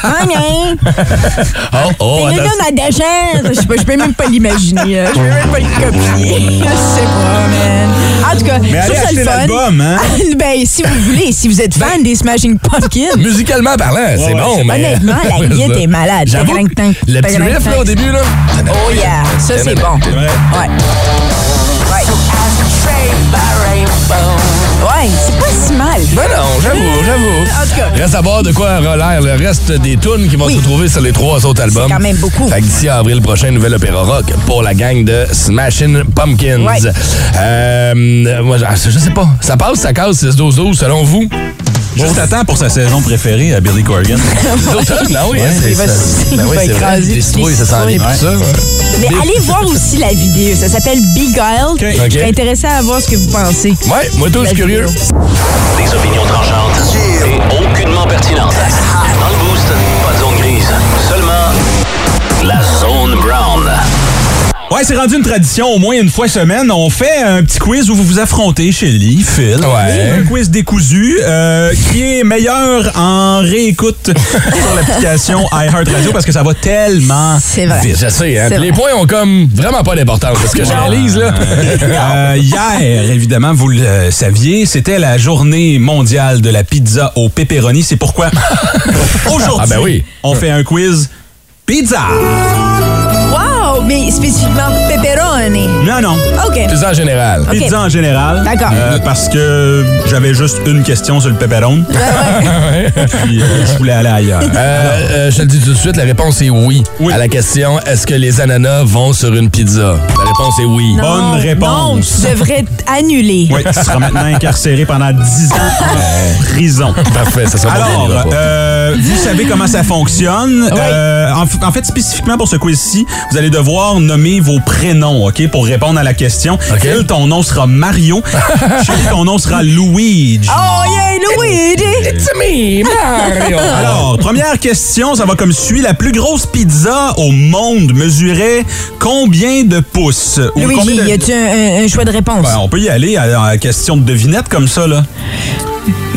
Speaker 3: Ah, non!
Speaker 2: Oh, oh,
Speaker 3: Mais là,
Speaker 2: attends.
Speaker 3: on a déjà. Je sais pas, je peux même pas l'imaginer. hein. Je peux même pas le copier. Je sais pas, man. En tout cas,
Speaker 4: Mais
Speaker 3: je
Speaker 4: allez
Speaker 3: trouve ça
Speaker 4: acheter
Speaker 3: le fun.
Speaker 4: l'album, hein?
Speaker 3: ben, si vous voulez, si vous êtes fan des Smashing Pumpkins,
Speaker 2: Musicalement parlant, c'est bon, mais.
Speaker 3: honnêtement, la guide est malade.
Speaker 2: J'avoue,
Speaker 3: Tang, tang,
Speaker 2: le petit
Speaker 3: tang,
Speaker 2: riff
Speaker 3: tang.
Speaker 2: là, au début, là.
Speaker 3: Oh yeah,
Speaker 4: Eh
Speaker 3: ça
Speaker 4: ben,
Speaker 3: c'est bon. Ouais. Ouais,
Speaker 6: As betrayed by rainbow.
Speaker 3: c'est pas si mal.
Speaker 2: Ben non, j'avoue, j'avoue.
Speaker 3: Euh, En tout cas.
Speaker 2: Reste à voir de quoi aura l'air le reste des tunes qui vont
Speaker 3: Oui.
Speaker 2: se retrouver sur les trois autres albums.
Speaker 3: quand même beaucoup.
Speaker 2: Fait que d'ici à avril prochain, nouvel opéra rock pour la gang de Smashing Pumpkins.
Speaker 3: Ouais.
Speaker 2: Euh, moi, je je sais pas. Ça passe, ça casse, 6-12-12, selon vous?
Speaker 4: Juste attends pour sa saison préférée à Billy Corgan.
Speaker 2: D'automne, non, oui. hein, c'est
Speaker 3: il va
Speaker 2: ça.
Speaker 3: s-
Speaker 2: Ben
Speaker 3: il
Speaker 2: oui,
Speaker 3: va
Speaker 2: c'est vrai,
Speaker 3: écraser
Speaker 2: les
Speaker 3: toutes
Speaker 2: citrouilles,
Speaker 3: les
Speaker 2: ça s'en vient
Speaker 3: citrouilles.
Speaker 2: tout ça.
Speaker 3: Mais allez voir aussi la vidéo. Ça s'appelle Beguile.
Speaker 2: Ok.
Speaker 3: Je serais intéressée à voir ce que vous pensez.
Speaker 2: Ouais, moi, tout, je
Speaker 3: La
Speaker 2: suis curieux.
Speaker 3: vidéo.
Speaker 1: Des opinions tranchantes et aucunement pertinentes. Dans le boost, pas de zone grise, seulement la zone brown.
Speaker 4: Ouais, c'est rendu une tradition, au moins une fois semaine. On fait un petit quiz où vous vous affrontez, Shelly, Phil.
Speaker 2: Ouais.
Speaker 4: Un quiz décousu euh, qui est meilleur en réécoute sur l'application iHeartRadio parce que ça va tellement
Speaker 3: C'est vrai.
Speaker 2: Vite, Je sais, hein.
Speaker 3: C'est
Speaker 2: Les
Speaker 3: vrai.
Speaker 2: points ont comme vraiment pas d'importance, parce que je réalise, là.
Speaker 4: Euh, hier, évidemment, vous le euh, saviez, c'était la journée mondiale de la pizza au pepperoni. C'est pourquoi aujourd'hui,
Speaker 2: Ah ben oui.
Speaker 4: on fait un quiz pizza.
Speaker 3: Wow, mais spécifiquement pepperoni.
Speaker 4: Non, non.
Speaker 3: OK.
Speaker 2: Plus en général.
Speaker 3: Ok.
Speaker 4: Pizza en général.
Speaker 3: D'accord.
Speaker 4: Euh, parce que j'avais juste une question sur le pepperoni.
Speaker 3: Ben,
Speaker 4: Puis euh, je voulais aller ailleurs.
Speaker 2: Euh, euh, je te le dis tout de suite, la réponse est oui.
Speaker 4: Oui.
Speaker 2: À la question, est-ce que les ananas vont sur une pizza? La réponse est oui.
Speaker 3: Non,
Speaker 4: Bonne
Speaker 3: Non,
Speaker 4: réponse.
Speaker 3: tu devrais annuler.
Speaker 4: Oui, il sera maintenant incarcéré pendant 10 ans en prison.
Speaker 2: Euh, Parfait, ça sera mon dernier
Speaker 4: Alors,
Speaker 2: repas.
Speaker 4: euh, vous savez comment ça fonctionne. Euh, en, f- en fait, spécifiquement pour ce quiz-ci, vous allez devoir nommer vos prénoms, OK, pour répondre à la question. Phil, ton nom sera Mario. Chérie, ton nom sera Luigi.
Speaker 3: Oh yeah, Luigi!
Speaker 4: Alors, première question, ça va comme suit. La plus grosse pizza au monde mesurait combien de pouces? Ou
Speaker 3: Luigi,
Speaker 4: combien de-
Speaker 3: y a-tu un, un- un choix de réponse?
Speaker 4: Ben, on peut y aller à, à question de devinette comme ça, là.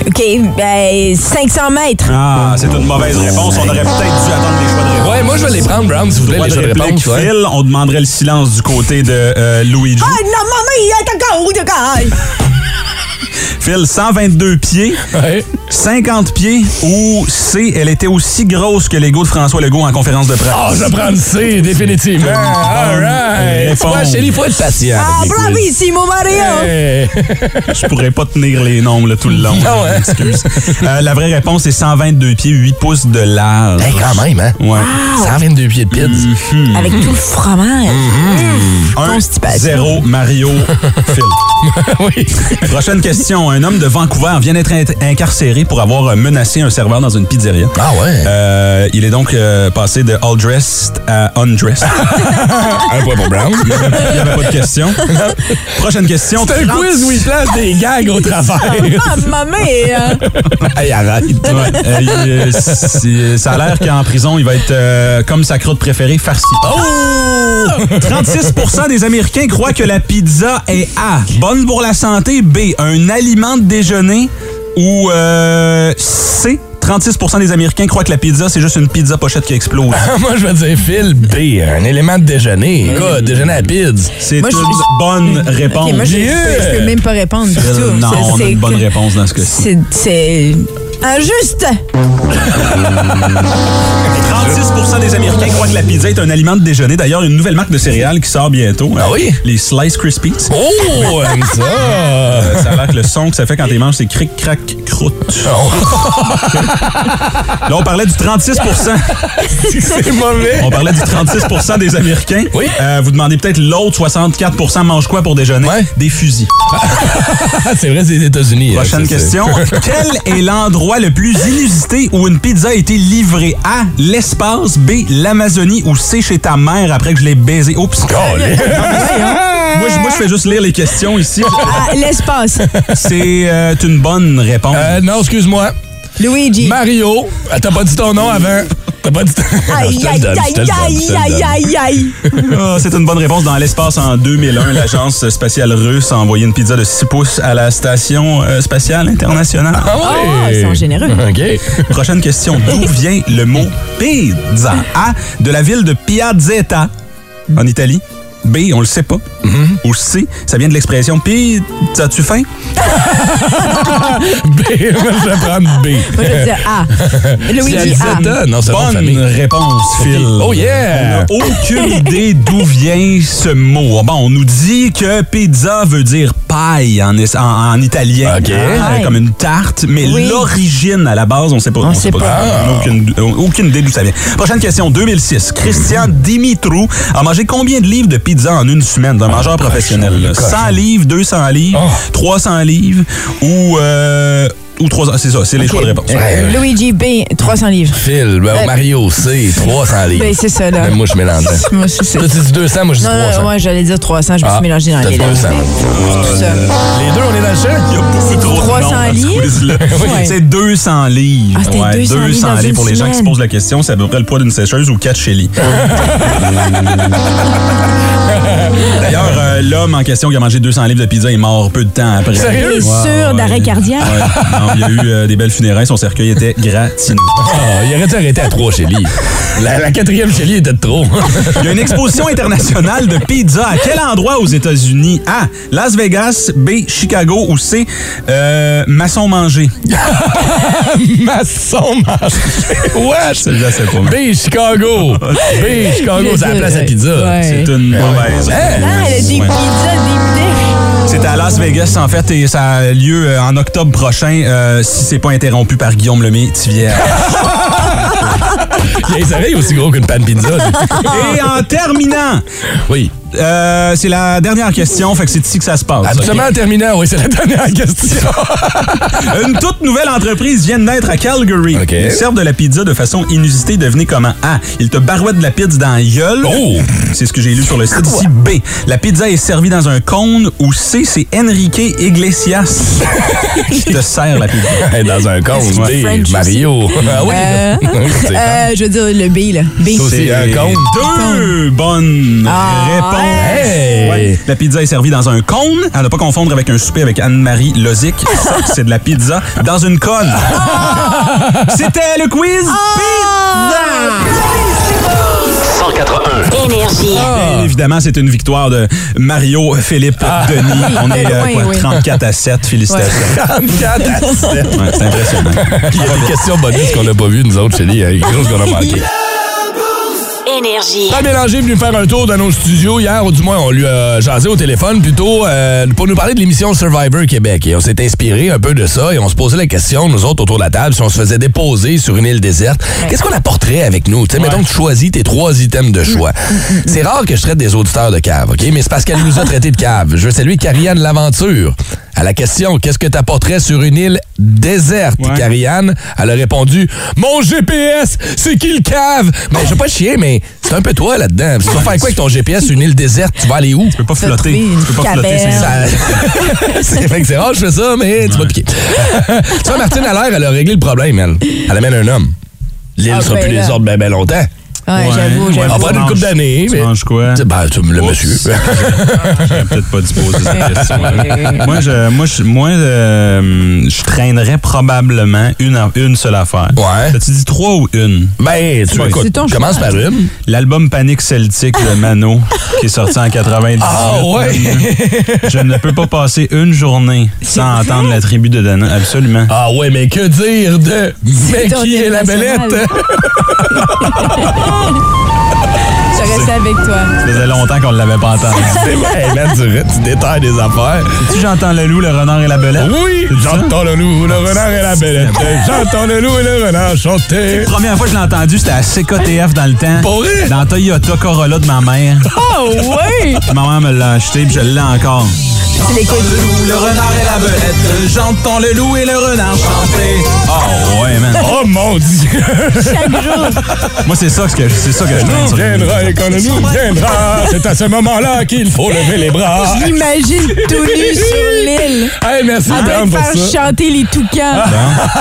Speaker 3: OK, ben, 500 mètres.
Speaker 4: Ah, c'est une mauvaise réponse. On aurait peut-être dû attendre les choix de réponse.
Speaker 2: Ouais, moi je vais les prendre, Brown, si vous voulez,
Speaker 4: Droit
Speaker 2: les
Speaker 4: de
Speaker 2: jeux de
Speaker 4: réplique,
Speaker 2: réponse. ouais.
Speaker 4: Phil, on demanderait le silence du côté de euh, Luigi.
Speaker 3: Ah, non, maman, il est encore où de caille?
Speaker 4: Phil, 122 pieds,
Speaker 2: Ouais.
Speaker 4: 50 pieds ou C, elle était aussi grosse que l'ego de François Legault en conférence de presse.
Speaker 2: Oh, je vais prendre C, définitivement. Ah, All right.
Speaker 4: Réponse.
Speaker 2: Ouais, chérie, faut être patient.
Speaker 3: Ah,
Speaker 2: avec les quiz. Eh,
Speaker 3: bravissimo, Mario!
Speaker 2: Hey.
Speaker 4: Je pourrais pas tenir les nombres là, tout le long.
Speaker 2: Ah ouais.
Speaker 4: Excuse. Euh, la vraie réponse est 122 pieds, 8 pouces de large.
Speaker 2: Hey, quand même, hein? Mm.
Speaker 4: Ouais.
Speaker 2: 122 pieds de pizza.
Speaker 4: Mm.
Speaker 3: Avec tout le fromage.
Speaker 4: 1,
Speaker 3: Ah, Constipation.
Speaker 4: 0, Mario, Phil.
Speaker 2: oui.
Speaker 4: Prochaine question. Un homme de Vancouver vient d'être in- incarcéré pour avoir menacé un serveur dans une pizzeria.
Speaker 2: Ah ouais.
Speaker 4: Euh, il est donc euh, passé de all dressed à undressed.
Speaker 2: un point pour Brown.
Speaker 4: Il n'y avait pas de question. Prochaine question.
Speaker 2: C'est un quiz où il place des gags au travail.
Speaker 3: Ah, maman! euh,
Speaker 2: hey, arrête.
Speaker 4: Ouais, euh, il, euh, c'est- ça a l'air qu'en prison, il va être euh, comme sa croûte préférée, farci. Oh! 36 des Américains croient que la pizza est A. Bonne pour la santé. B. Un aliment de déjeuner. Ou euh, C. 36 des Américains croient que la pizza, c'est juste une pizza pochette qui explose.
Speaker 2: Moi, je vais dire Phil B, un élément de déjeuner. Écoute, déjeuner à pizza.
Speaker 4: C'est une
Speaker 3: Moi, je- je-
Speaker 4: bonne réponse.
Speaker 3: OK, moi, je, je peux, je peux même pas répondre du tout.
Speaker 4: non,
Speaker 3: C'est-
Speaker 4: on a
Speaker 3: c'est-
Speaker 4: une bonne réponse dans ce cas-ci.
Speaker 3: C'est c'est injuste!
Speaker 4: 36 des Américains croient que la pizza est un aliment de déjeuner. D'ailleurs, une nouvelle marque de céréales qui sort bientôt. euh,
Speaker 2: Ah oui?
Speaker 4: Les Slice Krispies.
Speaker 2: Oh, aime ça!
Speaker 4: Euh, ça a l'air que le son que ça fait quand t'es manges, c'est cric, crac, croûte. Là, on parlait du 36
Speaker 2: C'est mauvais!
Speaker 4: On parlait du 36 des Américains.
Speaker 2: Oui.
Speaker 4: Euh, vous demandez peut-être l'autre 64 mange quoi pour déjeuner?
Speaker 2: Ouais.
Speaker 4: Des fusils.
Speaker 2: Ah, c'est vrai, c'est les États-Unis. hein,
Speaker 4: Prochaine
Speaker 2: ça, c'est-
Speaker 4: question. Quel est l'endroit l'endroit le plus inusité où une pizza a été livrée? A. L'espace. B. L'Amazonie. Ou C. Chez ta mère après que je l'ai baisé. Oups. hein. Moi, je- moi, je fais juste lire les questions ici.
Speaker 3: Ah, l'espace.
Speaker 4: C'est euh, une bonne réponse.
Speaker 2: Euh, non, excuse-moi.
Speaker 3: Luigi.
Speaker 2: Mario, Ah, t'as pas dit ton nom avant. T'as pas dit ton nom.
Speaker 3: Aïe, aïe, aïe, aïe, aïe, aïe, aïe.
Speaker 4: Ah, c'est une bonne réponse. Dans l'espace, en 2001, l'agence spatiale russe a envoyé une pizza de 6 pouces à la station euh, spatiale internationale.
Speaker 3: Ah, ils sont généreux.
Speaker 2: OK.
Speaker 4: Prochaine question. D'où vient le mot pizza? A. De la ville de Piazzetta, en Italie. B. On le sait pas. Ou C. Ça vient de l'expression pizza, tu faim?
Speaker 2: B, moi, je vais prendre B.
Speaker 3: Moi, je vais dire A. Luigi, A.
Speaker 2: Piazzetta? Non, c'est pas
Speaker 4: Bonne
Speaker 2: famille.
Speaker 4: réponse, Phil.
Speaker 2: Oh
Speaker 4: On
Speaker 2: yeah!
Speaker 4: a aucune idée d'où vient ce mot. Bon, on nous dit que pizza veut dire paille en, es- en- en italien, Ah,
Speaker 2: Ok. Ah,
Speaker 3: Paille.
Speaker 4: comme une tarte, mais
Speaker 3: Oui.
Speaker 4: l'origine à la base, on ne sait pas. On
Speaker 3: sait
Speaker 4: On a aucune, on a aucune idée d'où ça vient. Prochaine question, 2006. Christian
Speaker 2: Mhm.
Speaker 4: Dimitrou a mangé combien de livres de pizza en une semaine
Speaker 2: Ah,
Speaker 4: d'un mangeur professionnel? là?
Speaker 2: cochon.
Speaker 4: 100 livres, 200 livres,
Speaker 2: Oh.
Speaker 4: 300 livres ou... euh, ou 300, c'est ça, c'est les choix de réponse.
Speaker 2: Ouais.
Speaker 3: Luigi, B, 300 livres.
Speaker 2: Phil, ben, Mario, C, 300 livres.
Speaker 3: Euh, Ben, c'est ça, là.
Speaker 2: Même moi, je mélange.
Speaker 3: Moi aussi, c'est.
Speaker 2: Toi, tu dis 200, moi, je dis
Speaker 3: Non, non,
Speaker 2: 300.
Speaker 3: moi, j'allais dire 300. Je me
Speaker 4: Ah,
Speaker 3: suis mélangée dans
Speaker 2: t'as
Speaker 3: les lettres.
Speaker 2: 200.
Speaker 3: Tout ça.
Speaker 2: Les deux, on est dans le champ?
Speaker 4: Il y a beaucoup
Speaker 3: C'est
Speaker 4: trop de
Speaker 3: 300
Speaker 4: noms dans ce
Speaker 3: livres?
Speaker 4: quiz-là.
Speaker 3: Ouais.
Speaker 4: C'est 200 livres.
Speaker 3: Ah, c'était 200 livres dans une
Speaker 4: pour les gens qui se
Speaker 3: semaine.
Speaker 4: posent la question, c'est à peu près le poids d'une sécheuse ou 4 chélis. D'ailleurs, euh, l'homme en question qui a mangé 200 livres de pizza est mort peu de temps après.
Speaker 2: Sérieux?
Speaker 4: Ouais,
Speaker 3: Sûr
Speaker 4: ouais,
Speaker 3: d'arrêt
Speaker 4: ouais.
Speaker 3: cardiaque?
Speaker 4: Ouais. Non, il y a eu euh, des belles funérailles, son cercueil était gratiné.
Speaker 2: Ah, il aurait dû arrêter à 3 chez lui. La, la quatrième chez lui était de trop.
Speaker 4: Il y a une exposition internationale de pizza. À quel endroit aux États-Unis? A. Las Vegas, B. Chicago ou C. euh, Maçon Manger.
Speaker 2: Masson mangé. Wesh!
Speaker 4: Celui-là, c'est pas mal.
Speaker 2: B, Chicago. B, Chicago, c'est la place à pizza.
Speaker 3: Ouais.
Speaker 4: C'est une mauvaise.
Speaker 2: Hey!
Speaker 3: Ah, elle a des
Speaker 4: Ouais.
Speaker 3: pizzas,
Speaker 4: C'est à Las Vegas, en fait, et ça a lieu euh, en octobre prochain, euh, si c'est pas interrompu par Guillaume Lemay, Tivière.
Speaker 2: Il a les oreilles aussi gros qu'une panne pizza. lui.
Speaker 4: et en terminant,
Speaker 2: Oui.
Speaker 4: euh, c'est la dernière question, fait que c'est ici que ça se passe.
Speaker 2: Absolument en terminant, oui, c'est la dernière question.
Speaker 4: OK? Une toute nouvelle entreprise vient de naître à Calgary.
Speaker 2: OK.
Speaker 4: Ils servent de la pizza de façon inusitée, devenez comment. A. Ils te barouettent de la pizza dans la gueule.
Speaker 2: Oh!
Speaker 4: C'est ce que j'ai lu sur le site ici. B. La pizza est servie dans un cône. Ou C. C'est Enrique Iglesias qui te sert la pizza.
Speaker 2: Dans un con,
Speaker 4: Est-ce qu'il
Speaker 2: oui,
Speaker 3: French aussi?
Speaker 2: Mario. Ah oui.
Speaker 3: des
Speaker 2: C'est
Speaker 3: bidets.
Speaker 2: ça.
Speaker 3: Euh, je veux dire le B, là. B.
Speaker 2: Ça aussi.
Speaker 4: C'est
Speaker 2: un cône.
Speaker 4: Deux bonnes
Speaker 3: Ah,
Speaker 4: réponses.
Speaker 2: hey.
Speaker 4: Ouais. La pizza est servie dans un cône. À ne pas confondre avec un souper avec Anne-Marie Lozic. Ça, c'est de la pizza dans une conne.
Speaker 2: Ah!
Speaker 4: C'était le quiz.
Speaker 3: Ah!
Speaker 1: 181.
Speaker 8: Énergie.
Speaker 2: Ah.
Speaker 4: Bien évidemment, c'est une victoire de Mario Philippe Denis. On est là,
Speaker 3: Oui,
Speaker 4: quoi,
Speaker 3: oui.
Speaker 4: 34 à 7. Félicitations.
Speaker 2: 34 à 7.
Speaker 4: Ouais, c'est impressionnant.
Speaker 2: Il y a des questions bonus qu'on n'a pas vues, nous autres, chez lui. Il y a des choses qu'on a manquées.
Speaker 8: Énergie.
Speaker 2: Pas Bélanger est venu faire un tour dans nos studios hier, ou du moins on lui a jasé au téléphone plutôt euh, pour nous parler de l'émission Survivor Québec. Et on s'est inspiré un peu de ça et on se posait la question, nous autres autour de la table, si on se faisait déposer sur une île déserte, qu'est-ce qu'on apporterait avec nous? Tu sais, mettons que tu choisis tes trois items de choix. C'est rare que je traite des auditeurs de cave, OK? Mais c'est parce qu'elle nous a traité de cave. Je veux saluer Carianne L'Aventure. À la question, qu'est-ce que t'apporterais sur une île déserte,
Speaker 4: Ouais.
Speaker 2: Carianne? Elle a répondu, mon GPS, c'est qui le cave? Mais je veux pas chier, mais c'est un peu toi là-dedans. Tu vas faire quoi avec ton GPS, une île déserte? Tu vas aller où?
Speaker 4: Tu peux pas
Speaker 3: T'as
Speaker 4: flotter.
Speaker 3: trouvé une
Speaker 4: Tu peux pas flotter.
Speaker 3: caverne.
Speaker 4: c'est-
Speaker 2: Ça- c'est fait que c'est rare, je fais ça, mais tu vas piquer. tu vois, Martine Allaire, elle a réglé le problème, elle. Elle amène un homme. L'île
Speaker 3: Ah,
Speaker 2: sera
Speaker 3: ben
Speaker 2: plus
Speaker 3: là.
Speaker 2: les ordres bien ben longtemps.
Speaker 3: Ouais,
Speaker 4: Ouais.
Speaker 3: j'avoue,
Speaker 4: Ouais,
Speaker 2: On
Speaker 3: j'avoue.
Speaker 2: va une
Speaker 4: manges-
Speaker 2: couple d'années.
Speaker 4: tu
Speaker 2: mais-
Speaker 4: manges quoi?
Speaker 2: Tu- Ben, tu- le
Speaker 4: Oups.
Speaker 2: monsieur.
Speaker 4: J'aurais peut-être pas dû poser cette question. moi, je, moi, je, moi euh, je traînerais probablement une, en- une seule affaire.
Speaker 2: Ouais.
Speaker 4: T'as-tu dit trois ou une?
Speaker 2: Ben, tu
Speaker 4: Ouais,
Speaker 3: c'est
Speaker 2: écoute,
Speaker 3: ton
Speaker 2: commence
Speaker 3: choix.
Speaker 2: par une.
Speaker 4: L'album Panique Celtique de Mano, qui est sorti en 98.
Speaker 2: Ah, ouais.
Speaker 4: Je ne peux pas passer une journée sans entendre la tribu de Dana. Absolument.
Speaker 2: Ah ouais, mais que dire de Mais
Speaker 3: ton
Speaker 2: qui est
Speaker 3: hymne
Speaker 2: la
Speaker 3: national.
Speaker 2: belette?
Speaker 3: Je reste avec toi.
Speaker 4: Ça faisait longtemps qu'on ne l'avait pas entendu.
Speaker 2: C'est vrai, man, tu, tu détailles des affaires.
Speaker 4: Tu j'entends le loup, le renard et la belette?
Speaker 2: Oui, j'entends le loup,
Speaker 3: Ah,
Speaker 2: le renard et la belette. J'entends le loup et le renard chanter.
Speaker 4: Première fois que je l'ai entendu, c'était à CKTF dans le temps.
Speaker 2: Pour vrai?
Speaker 4: Dans Toyota Corolla de ma mère.
Speaker 3: Oh, oui!
Speaker 4: Ma mère me l'a acheté, puis je l'ai encore.
Speaker 3: Tu l'écoutes.
Speaker 4: loup, le renard et la belette. J'entends le loup et le renard chanter. Oh ouais, man.
Speaker 2: Oh mon Dieu!
Speaker 3: Ah, chaque jour.
Speaker 4: Moi, c'est ça que, c'est ça que je traîne
Speaker 2: Nous
Speaker 4: sur le
Speaker 2: viendra et
Speaker 4: mur.
Speaker 2: quand le
Speaker 3: Ah,
Speaker 2: nous viendra, c'est à ce moment-là qu'il faut lever les bras.
Speaker 3: Je l'imagine tout nu sur l'île.
Speaker 2: Hey, merci,
Speaker 3: En train
Speaker 2: Tom,
Speaker 3: de
Speaker 2: Ah, pour
Speaker 3: Ah, faire
Speaker 2: ça.
Speaker 3: chanter les toucans.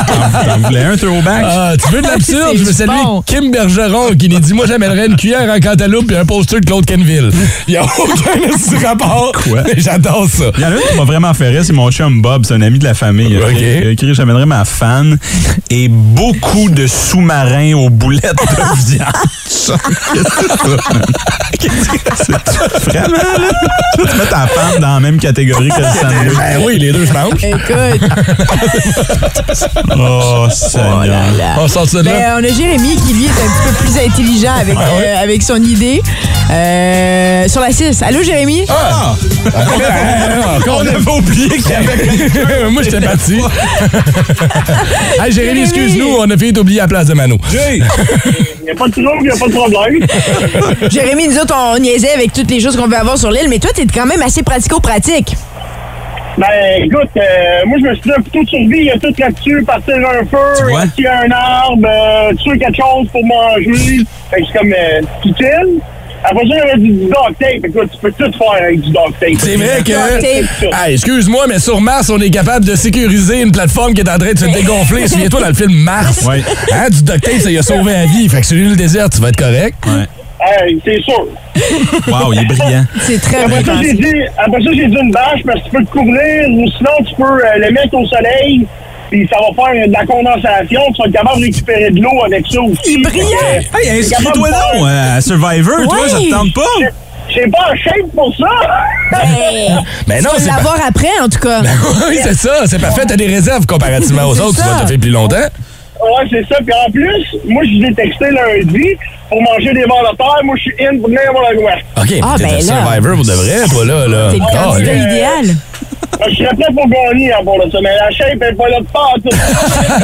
Speaker 4: T'en t'en voulais un throwback?
Speaker 2: Ah, tu veux de l'absurde?
Speaker 3: C'est
Speaker 2: Je veux
Speaker 3: du
Speaker 2: saluer
Speaker 3: bon.
Speaker 2: Kim Bergeron qui nous dit Moi, j'amènerais une cuillère en cantaloupe et un poster de Claude Kenville. Il n'y a aucun esti rapport.
Speaker 4: Quoi?
Speaker 2: Mais j'adore ça.
Speaker 4: Il y en a une qui m'a vraiment fait rire, c'est mon chum Bob, c'est un ami de la famille. Il a
Speaker 2: Ok.
Speaker 4: écrit- il a écrit J'amènerai ma fan et beaucoup de sous-marins aux boulettes de viande. Qu'est-ce que c'est ça, man? C'est vraiment, là? Tu vas te mettre ta fan dans la même catégorie que le sandwich.
Speaker 2: Ben oui, les deux, je mange.
Speaker 3: Écoute,
Speaker 4: Oh, Seigneur.
Speaker 2: On sort ça de
Speaker 3: ben,
Speaker 2: là.
Speaker 3: on a Jérémy qui lui est un petit peu plus intelligent avec,
Speaker 2: Ah
Speaker 3: euh, avec son idée. Euh, sur la 6. Allô Jérémy?
Speaker 4: Ah!
Speaker 2: Encore
Speaker 4: On
Speaker 2: une
Speaker 4: avait oublié qu'il y avait...
Speaker 2: fois. Moi, j'étais parti. hey, Jérémy,
Speaker 3: Jérémy.
Speaker 2: excuse-nous, on a fini d'oublier la place de Mano.
Speaker 5: Il n'y a pas de trouble, il n'y a pas de problème.
Speaker 3: Jérémy, nous autres, on niaisait avec toutes les choses qu'on veut avoir sur l'île, mais toi, t'es quand même assez pratico-pratique.
Speaker 5: Ben, écoute, euh, moi, je me suis dit, un couteau de survie, il y a tout là-dessus, partir un
Speaker 4: Tu vois?
Speaker 5: feu, tuer un arbre, euh, tuer quelque chose pour manger. Fait que c'est comme euh, tout chill. Après ça, il y avait du dog tape. Écoute, tu peux tout faire avec du dog tape.
Speaker 2: C'est vrai que.
Speaker 5: Dog tape.
Speaker 2: Hey, excuse-moi, mais sur Mars, on est capable de sécuriser une plateforme qui est en train de se dégonfler. Souviens-toi dans le film Mars.
Speaker 4: Ouais.
Speaker 2: Hein, du duct tape, ça y a sauvé la vie. Fait que sur l'île déserte, tu vas être correct.
Speaker 4: Ouais.
Speaker 5: Hey, c'est sûr.
Speaker 4: Wow, il est brillant.
Speaker 3: C'est très
Speaker 5: Après
Speaker 3: bien
Speaker 5: ça, j'ai
Speaker 3: pensé.
Speaker 5: dit, après ça, j'ai dit une bâche parce que tu peux te couvrir ou sinon tu peux euh, le mettre au soleil puis ça va faire de la condensation. Tu vas être capable de récupérer de l'eau avec ça aussi. Euh,
Speaker 3: Il est brillant.
Speaker 5: Fait que,
Speaker 4: Hey,
Speaker 5: t'es capable
Speaker 4: inscris-toi
Speaker 5: de faire-
Speaker 4: donc euh, à Survivor, toi,
Speaker 3: Ouais.
Speaker 4: ça te tente pas?
Speaker 5: Je sais pas en shape pour ça.
Speaker 3: Ben,
Speaker 2: Mais non,
Speaker 3: tu vas
Speaker 2: c'est pas- Ben,
Speaker 3: l'avoir après, en tout cas.
Speaker 2: oui, c'est ça, c'est parfait. T'as des réserves comparativement aux
Speaker 3: C'est
Speaker 2: autres. Tu
Speaker 3: ça.
Speaker 2: vas te faire plus longtemps.
Speaker 5: Ouais, c'est ça. Puis en plus, moi, je l'ai texté lundi pour manger des vers de terre. Moi, je suis in pour n'importe quoi.
Speaker 2: OK,
Speaker 3: Ah,
Speaker 2: mais t'es
Speaker 3: ben
Speaker 2: un
Speaker 3: là.
Speaker 2: survivor pour de vrai, toi, là. là.
Speaker 3: T'es le
Speaker 2: Ah,
Speaker 3: candidat
Speaker 2: là.
Speaker 3: idéal.
Speaker 5: Je serais prêt pour gagner hein, pour le sommet. La shape est pas là de part.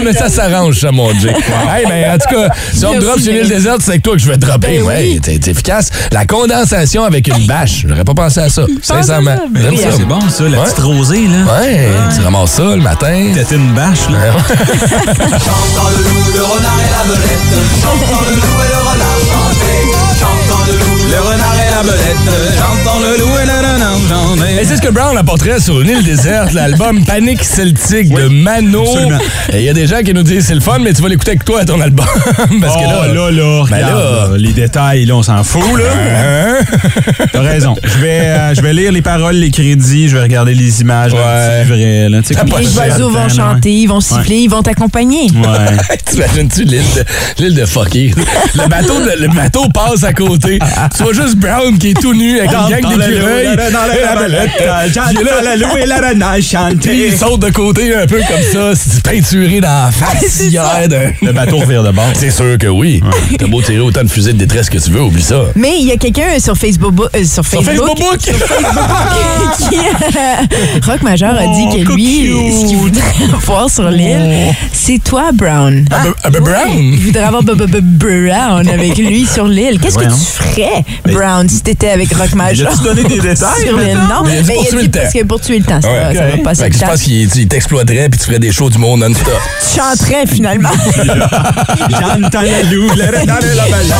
Speaker 2: mais ça s'arrange, ça, mon Dieu. hey, ben, en tout cas, si on me
Speaker 3: Merci,
Speaker 2: drop sur l'île
Speaker 3: Jérémy.
Speaker 2: déserte, c'est avec toi que je vais te dropper.
Speaker 3: Ben
Speaker 2: ouais,
Speaker 3: oui.
Speaker 2: t'es t'es efficace. La condensation avec une bâche, j'aurais pas pensé à ça,
Speaker 3: à ça,
Speaker 2: sincèrement.
Speaker 3: ben
Speaker 2: J'aime
Speaker 3: oui,
Speaker 2: ça.
Speaker 4: C'est bon, ça, la
Speaker 2: Ouais.
Speaker 4: petite rosée, là. Ben
Speaker 2: Ouais, tu ramasses ça le matin.
Speaker 4: T'étais une bâche, là.
Speaker 8: J'entends le loup, le renard et la belette. J'entends le loup et le renard chanter. J'entends le loup,
Speaker 4: Le renard et la belette, j'entends le loup et le renard chanter.
Speaker 2: Et c'est ce que Brown apporterait sur une île déserte, l'album Panique Celtique de Mano.
Speaker 4: absolument.
Speaker 2: Et Il y a des gens qui nous disent c'est le fun, mais tu vas l'écouter avec toi à ton album. Parce
Speaker 4: Parce
Speaker 2: que Oh, là,
Speaker 4: là, ben là, regarde,
Speaker 2: là.
Speaker 4: là, les détails, là, on s'en fout, là.
Speaker 2: Hein?
Speaker 4: T'as raison. Je vais, euh, je vais lire les paroles, les crédits, je vais regarder les images.
Speaker 2: Ouais.
Speaker 4: Ouais. C'est vrai, là. Tu
Speaker 2: Ah,
Speaker 4: sais,
Speaker 2: bah,
Speaker 4: comment
Speaker 3: Les
Speaker 4: ça,
Speaker 3: oiseaux vont
Speaker 4: là,
Speaker 2: hein.
Speaker 4: ouais.
Speaker 3: chanter, ils vont siffler, ils vont t'accompagner.
Speaker 4: Ouais.
Speaker 2: T'imagines-tu l'île de, l'île de fucky? Le bateau, de- le bateau passe à côté. Tu vois juste Brown qui est tout nu avec une gang d'écureuils. Et la belette.
Speaker 4: J'entends le loup et le renard
Speaker 2: Puis il
Speaker 4: chanter.
Speaker 2: saute de côté un peu comme ça, c'est peinturé dans la face hier d'un-
Speaker 4: Le bateau revire de bord.
Speaker 2: C'est sûr que oui. T'as beau tirer autant de fusées de détresse que tu veux, oublie ça.
Speaker 3: Mais il y a quelqu'un sur Facebook, euh,
Speaker 2: Sur
Speaker 3: sur Facebook,
Speaker 2: Facebook, book.
Speaker 3: qui, euh, Rock Major a dit que
Speaker 4: Oh,
Speaker 3: lui, euh,
Speaker 4: cute.
Speaker 3: ce qu'il voudrait avoir sur l'île, c'est toi, Brown.
Speaker 2: Oh. Ah, ben- ah, ben, Brown?
Speaker 3: Il voudrait avoir b- b- b- Brown avec lui sur l'île. Qu'est-ce que
Speaker 4: Voyons.
Speaker 3: tu ferais, Brown, si t'étais avec Rock Major?
Speaker 4: J'ai-tu donné des détails?
Speaker 3: Sur l'île, non?
Speaker 2: Il a dit pour
Speaker 3: il a
Speaker 2: tuer
Speaker 3: dit
Speaker 2: le temps.
Speaker 3: parce que pour tuer le temps, ça,
Speaker 2: Ouais,
Speaker 3: va- ça
Speaker 4: ok.
Speaker 3: va passer
Speaker 2: Fait que
Speaker 3: le
Speaker 2: je
Speaker 3: temps.
Speaker 2: pense qu'il il t'exploiterait puis tu ferais des shows du monde non-stop.
Speaker 3: Tu chanterais finalement.
Speaker 4: J'entends le loup, le renard et la belette.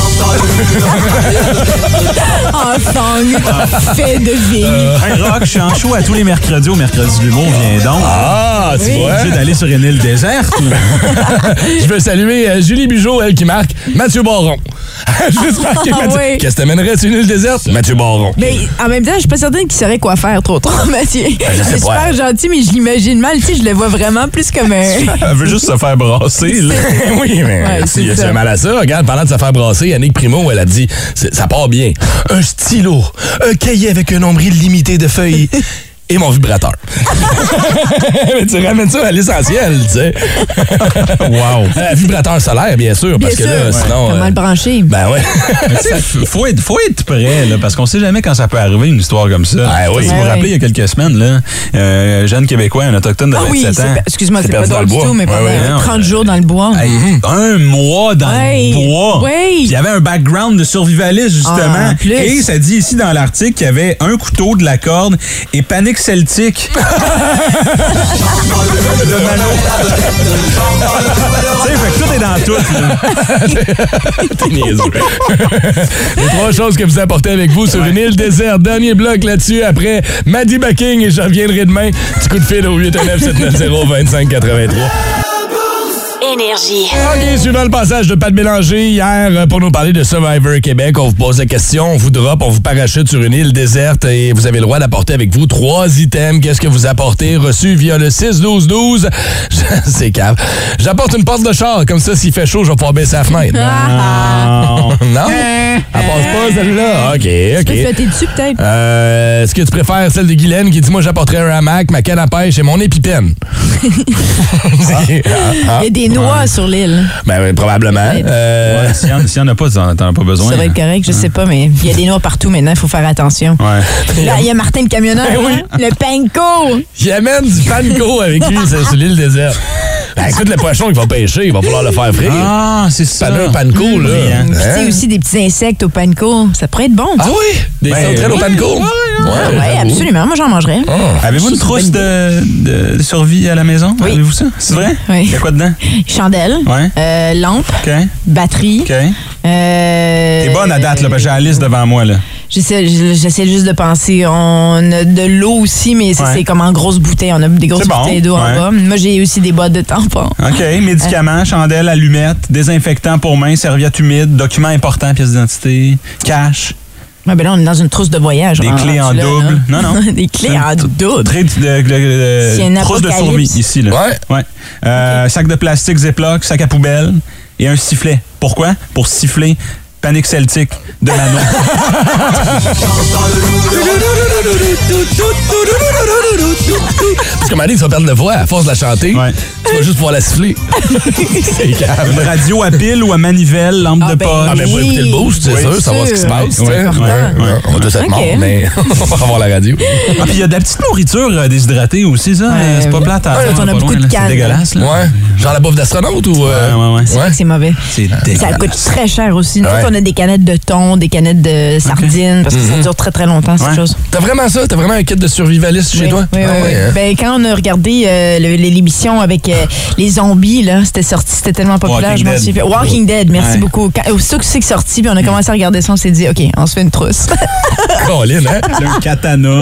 Speaker 3: en sang, fait de
Speaker 2: Euh,
Speaker 3: vigne.
Speaker 4: Hey, Rock, je suis en show à tous les mercredis au mercredi du l'humour, viens donc.
Speaker 2: Ah, tu
Speaker 4: T'es
Speaker 2: vois?
Speaker 4: obligé d'aller sur une île déserte.
Speaker 2: Je veux saluer euh, Julie Bugeaud, elle qui marque Mathieu Baron. Juste marquer
Speaker 3: Ah
Speaker 2: Mathieu.
Speaker 3: oui.
Speaker 2: Qu'est-ce que t'amènerais sur une île déserte? Mathieu Baron.
Speaker 3: Mais en même temps, je suis pas certaine qu'il saurait quoi faire trop trop, Mathieu.
Speaker 2: Ben, je sais
Speaker 3: C'est
Speaker 2: pas. hein.
Speaker 3: super gentil, mais je l'imagine mal. Tu sais, je le vois vraiment plus comme un.
Speaker 4: Elle veut juste se faire brasser, là.
Speaker 2: oui, mais
Speaker 3: Ouais,
Speaker 2: tu-
Speaker 3: c'est
Speaker 2: tu as
Speaker 3: ça.
Speaker 2: mal à ça. Regarde, parlant de se faire brasser, Yannick Primo, elle a dit c'est- ça part bien. Un stylo, un cahier avec un nombril limité de feuilles. Et mon vibrateur. Mais tu ramènes ça à l'essentiel, tu sais.
Speaker 4: Wow.
Speaker 2: Un vibrateur solaire, bien sûr,
Speaker 3: Bien
Speaker 2: parce que
Speaker 3: sûr.
Speaker 2: là, sinon.
Speaker 3: Comment
Speaker 2: euh,
Speaker 3: le brancher?
Speaker 2: ben ouais.
Speaker 4: Tu sais, faut être, faut être prêt, là, parce qu'on sait jamais quand ça peut arriver, une histoire comme ça.
Speaker 2: Ah oui.
Speaker 4: Si vous vous
Speaker 3: Ouais,
Speaker 4: rappelez, il y a quelques semaines, là, euh, jeune Québécois, un autochtone de
Speaker 3: ah oui,
Speaker 4: 27
Speaker 3: c'est
Speaker 4: ans.
Speaker 3: pas- excuse-moi,
Speaker 2: C'est
Speaker 3: c'est pas
Speaker 2: perdu dans
Speaker 3: drôle
Speaker 2: le
Speaker 3: du
Speaker 2: bois.
Speaker 3: tout, mais
Speaker 2: Ouais, euh,
Speaker 3: pendant
Speaker 4: ouais, non,
Speaker 3: 30 jours dans le bois.
Speaker 4: Hey, Un mois dans
Speaker 3: Ouais,
Speaker 4: le bois.
Speaker 3: ouais.
Speaker 4: Puis il y avait un background de survivaliste, justement.
Speaker 3: Ah, en plus.
Speaker 4: et ça dit ici dans l'article qu'il y avait un couteau de la corde et Panic musique celtique. Tu sais, fait que tout est dans tout. là.
Speaker 2: T'es niaiseux. Les trois choses que vous apportez avec vous sur une île déserte. Dernier bloc là-dessus après Maddie Bucking et je reviendrai demain. Petit coup de fil au 819-790-2583.
Speaker 9: Énergie.
Speaker 2: OK, suivant le passage de Pat Bélanger hier euh, pour nous parler de Survivor Québec, on vous pose la question, on vous drop, on vous parachute sur une île déserte et vous avez le droit d'apporter avec vous trois items. Qu'est-ce que vous apportez reçu via le 6-12-12? C'est cave. J'apporte une porte de char, comme ça, s'il fait chaud, je vais pouvoir baisser la fenêtre. non? Elle passe pas, celle-là? OK,
Speaker 3: Tu peux te
Speaker 2: OK.
Speaker 3: fêter dessus, peut-être.
Speaker 2: Euh, Est-ce que tu préfères celle de Guylaine qui dit Moi, j'apporterai un hamac, ma canne à pêche et mon épipène? Ah,
Speaker 3: Il y a des noix sur l'île.
Speaker 2: Ben, ben, probablement.
Speaker 3: Ouais.
Speaker 2: Euh,
Speaker 4: Ouais, S'il y en- s'il y en a pas, t'en t'en as pas besoin.
Speaker 3: Ça va
Speaker 4: là.
Speaker 3: être correct, je sais pas, mais il y a des noix partout maintenant, il faut faire attention.
Speaker 4: Ouais.
Speaker 3: Là, il y a Martin le camionneur,
Speaker 2: Eh oui.
Speaker 3: hein? le panko.
Speaker 2: Il amène du panko avec lui c'est sur l'île déserte. Ben, écoute, le poisson qui va pêcher, il va falloir le faire frire.
Speaker 4: Ah, c'est
Speaker 2: Pas
Speaker 4: ça. Mm,
Speaker 2: un panko, là.
Speaker 4: Brillant.
Speaker 3: Puis tu sais
Speaker 2: Hein?
Speaker 3: aussi des petits insectes au panko, ça pourrait être bon.
Speaker 2: Ah oui? Des
Speaker 4: Ben,
Speaker 2: sauterelles au
Speaker 4: oui.
Speaker 2: panko?
Speaker 4: Ouais, ouais,
Speaker 3: Ah
Speaker 2: Ouais,
Speaker 3: ouais,
Speaker 2: j'avoue. Ah.
Speaker 3: absolument, moi j'en mangerais.
Speaker 4: Avez-vous une trousse de, de survie à la maison?
Speaker 3: Oui.
Speaker 4: Avez-vous ça? C'est vrai?
Speaker 3: Oui.
Speaker 4: Il y a quoi dedans?
Speaker 3: Chandelle,
Speaker 4: Ouais.
Speaker 3: euh, lampe,
Speaker 4: OK.
Speaker 3: batterie.
Speaker 4: OK.
Speaker 3: euh,
Speaker 4: T'es bonne à date, là, parce que j'ai la liste devant moi, là.
Speaker 3: J'essaie j'essaie juste de penser. On a de l'eau aussi, mais ça,
Speaker 4: Ouais.
Speaker 3: c'est comme en grosse bouteille. On a des grosses
Speaker 4: C'est bon,
Speaker 3: bouteilles d'eau en
Speaker 4: ouais. Ah.
Speaker 3: bas. Moi, j'ai aussi des boîtes de tampons.
Speaker 4: OK. Médicaments, chandelles, allumettes, désinfectant pour mains, serviettes humides, documents importants, pièces d'identité, cash,
Speaker 3: Ouais, ben là, on est dans une trousse de voyage. Ah,
Speaker 4: Des
Speaker 3: on-
Speaker 4: clés en
Speaker 3: rendu là,
Speaker 4: double.
Speaker 3: là.
Speaker 4: Non, non.
Speaker 3: des clés
Speaker 4: Une
Speaker 3: en double.
Speaker 4: trait de, de- de- de-
Speaker 3: S'il y a un
Speaker 4: trousse de survie
Speaker 3: apocalypse.
Speaker 4: ici, là.
Speaker 2: Ouais.
Speaker 4: Euh, Sac de plastique Ziploc, sac à poubelle et un sifflet. Pourquoi? Pour siffler Panique Celtique de Manon.
Speaker 2: Parce que Marie, tu vas perdre le voix à force de la chanter.
Speaker 4: Ouais.
Speaker 2: Tu vas juste pouvoir la siffler. c'est
Speaker 4: Une
Speaker 2: calme.
Speaker 4: radio à pile ou à manivelle, lampe
Speaker 3: Ah,
Speaker 4: de
Speaker 3: ben
Speaker 4: poche.
Speaker 2: Ah, mais faut
Speaker 3: Oui.
Speaker 2: écouter le boost, c'est
Speaker 3: Oui,
Speaker 2: sûr, savoir ce qui se
Speaker 3: sûr.
Speaker 2: passe. tu
Speaker 4: Ouais,
Speaker 2: sais.
Speaker 4: ouais,
Speaker 3: important.
Speaker 4: ouais.
Speaker 2: On doit être
Speaker 3: Ok.
Speaker 2: mort, mais on va avoir la radio.
Speaker 4: Ah, puis il y a de la petite nourriture euh, déshydratée aussi, ça. euh, C'est pas plate à
Speaker 3: Ouais,
Speaker 4: faire,
Speaker 3: on a
Speaker 4: pas
Speaker 3: beaucoup
Speaker 4: loin,
Speaker 3: de
Speaker 4: là. C'est
Speaker 3: cannes.
Speaker 4: dégueulasse, là.
Speaker 2: Ouais. Genre la bouffe d'astronaute ou. euh,
Speaker 4: Ouais, ouais, ouais.
Speaker 3: C'est vrai que c'est mauvais.
Speaker 4: C'est
Speaker 3: Ça
Speaker 4: dégueulasse.
Speaker 3: coûte très cher aussi. Nous
Speaker 2: Ouais.
Speaker 3: autres, on a des canettes de thon, des canettes de sardines, parce que ça dure très très longtemps, cette
Speaker 4: Mm-hmm. Ouais.
Speaker 3: chose.
Speaker 2: T'as vraiment ça? T'as vraiment un kit de survivaliste chez
Speaker 3: Oui,
Speaker 2: toi?
Speaker 3: oui,
Speaker 2: Ah
Speaker 3: oui,
Speaker 2: ouais,
Speaker 3: oui.
Speaker 2: hein?
Speaker 3: Ben, quand on a regardé euh, le- l'émission avec euh, les zombies, là, c'était sorti, c'était tellement populaire.
Speaker 4: Walking
Speaker 3: je m'en
Speaker 4: Dead.
Speaker 3: suis fait- Walking Dead, merci
Speaker 4: Ouais.
Speaker 3: beaucoup. Quand, au succès que c'est sorti, puis on a
Speaker 2: Mm.
Speaker 3: commencé à regarder ça, on s'est dit, OK, on se fait une trousse.
Speaker 4: Ben,
Speaker 2: Colin, hein?
Speaker 4: Un katana,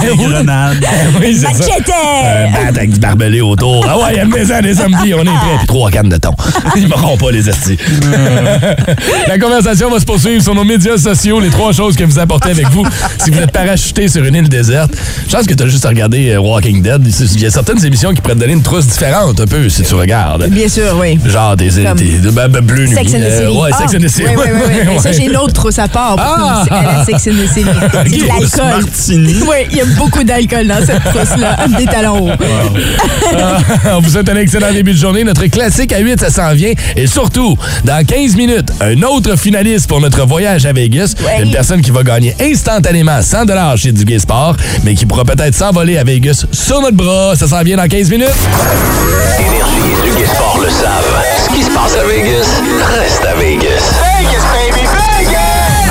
Speaker 4: des grenades.
Speaker 2: Oui, c'est ça.
Speaker 3: Machete!
Speaker 2: Un bat avec du barbelé autour. Ah ouais, amenez-en les samedis, on est prêts. Puis trois cannes de thon. Ils m'auront pas les astis. La conversation va se poursuivre sur nos médias sociaux, les trois choses que vous apportez avec vous si vous êtes parachuté sur une île déserte. Je pense que t'as juste à regarder euh, Walking Dead. Il y a certaines émissions qui pourraient te donner une trousse différente un peu si tu regardes.
Speaker 3: Bien sûr, oui.
Speaker 2: Genre des,
Speaker 3: Comme-
Speaker 2: des, des- ben, ben, bleu nuit.
Speaker 3: Sex and the
Speaker 2: Euh,
Speaker 3: City.
Speaker 2: ouais,
Speaker 3: Ah,
Speaker 2: Sex and the City.
Speaker 3: Oui, oui, oui. oui. Mais Ça, j'ai une autre trousse à part. pour
Speaker 2: Ah!
Speaker 3: nous. C'est la Sex and the City. C'est de
Speaker 4: Grosse
Speaker 3: l'alcool.
Speaker 4: martini.
Speaker 3: Oui, il y a beaucoup d'alcool dans cette trousse-là. Des talons hauts.
Speaker 2: On Ah. vous souhaite un excellent début de journée. Notre classique à 8, ça s'en vient. Et surtout, dans 15 minutes, un autre finaliste pour notre voyage à Vegas. Une personne qui va gagner instantanément 100 chez Duguay Sport, mais qui pourra peut-être s'envoler à Vegas sur notre bras. Ça s'en vient dans 15 minutes.
Speaker 1: Énergie et Duguay Sport le savent. Ce qui se passe à Vegas reste à Vegas. Vegas, baby, Vegas!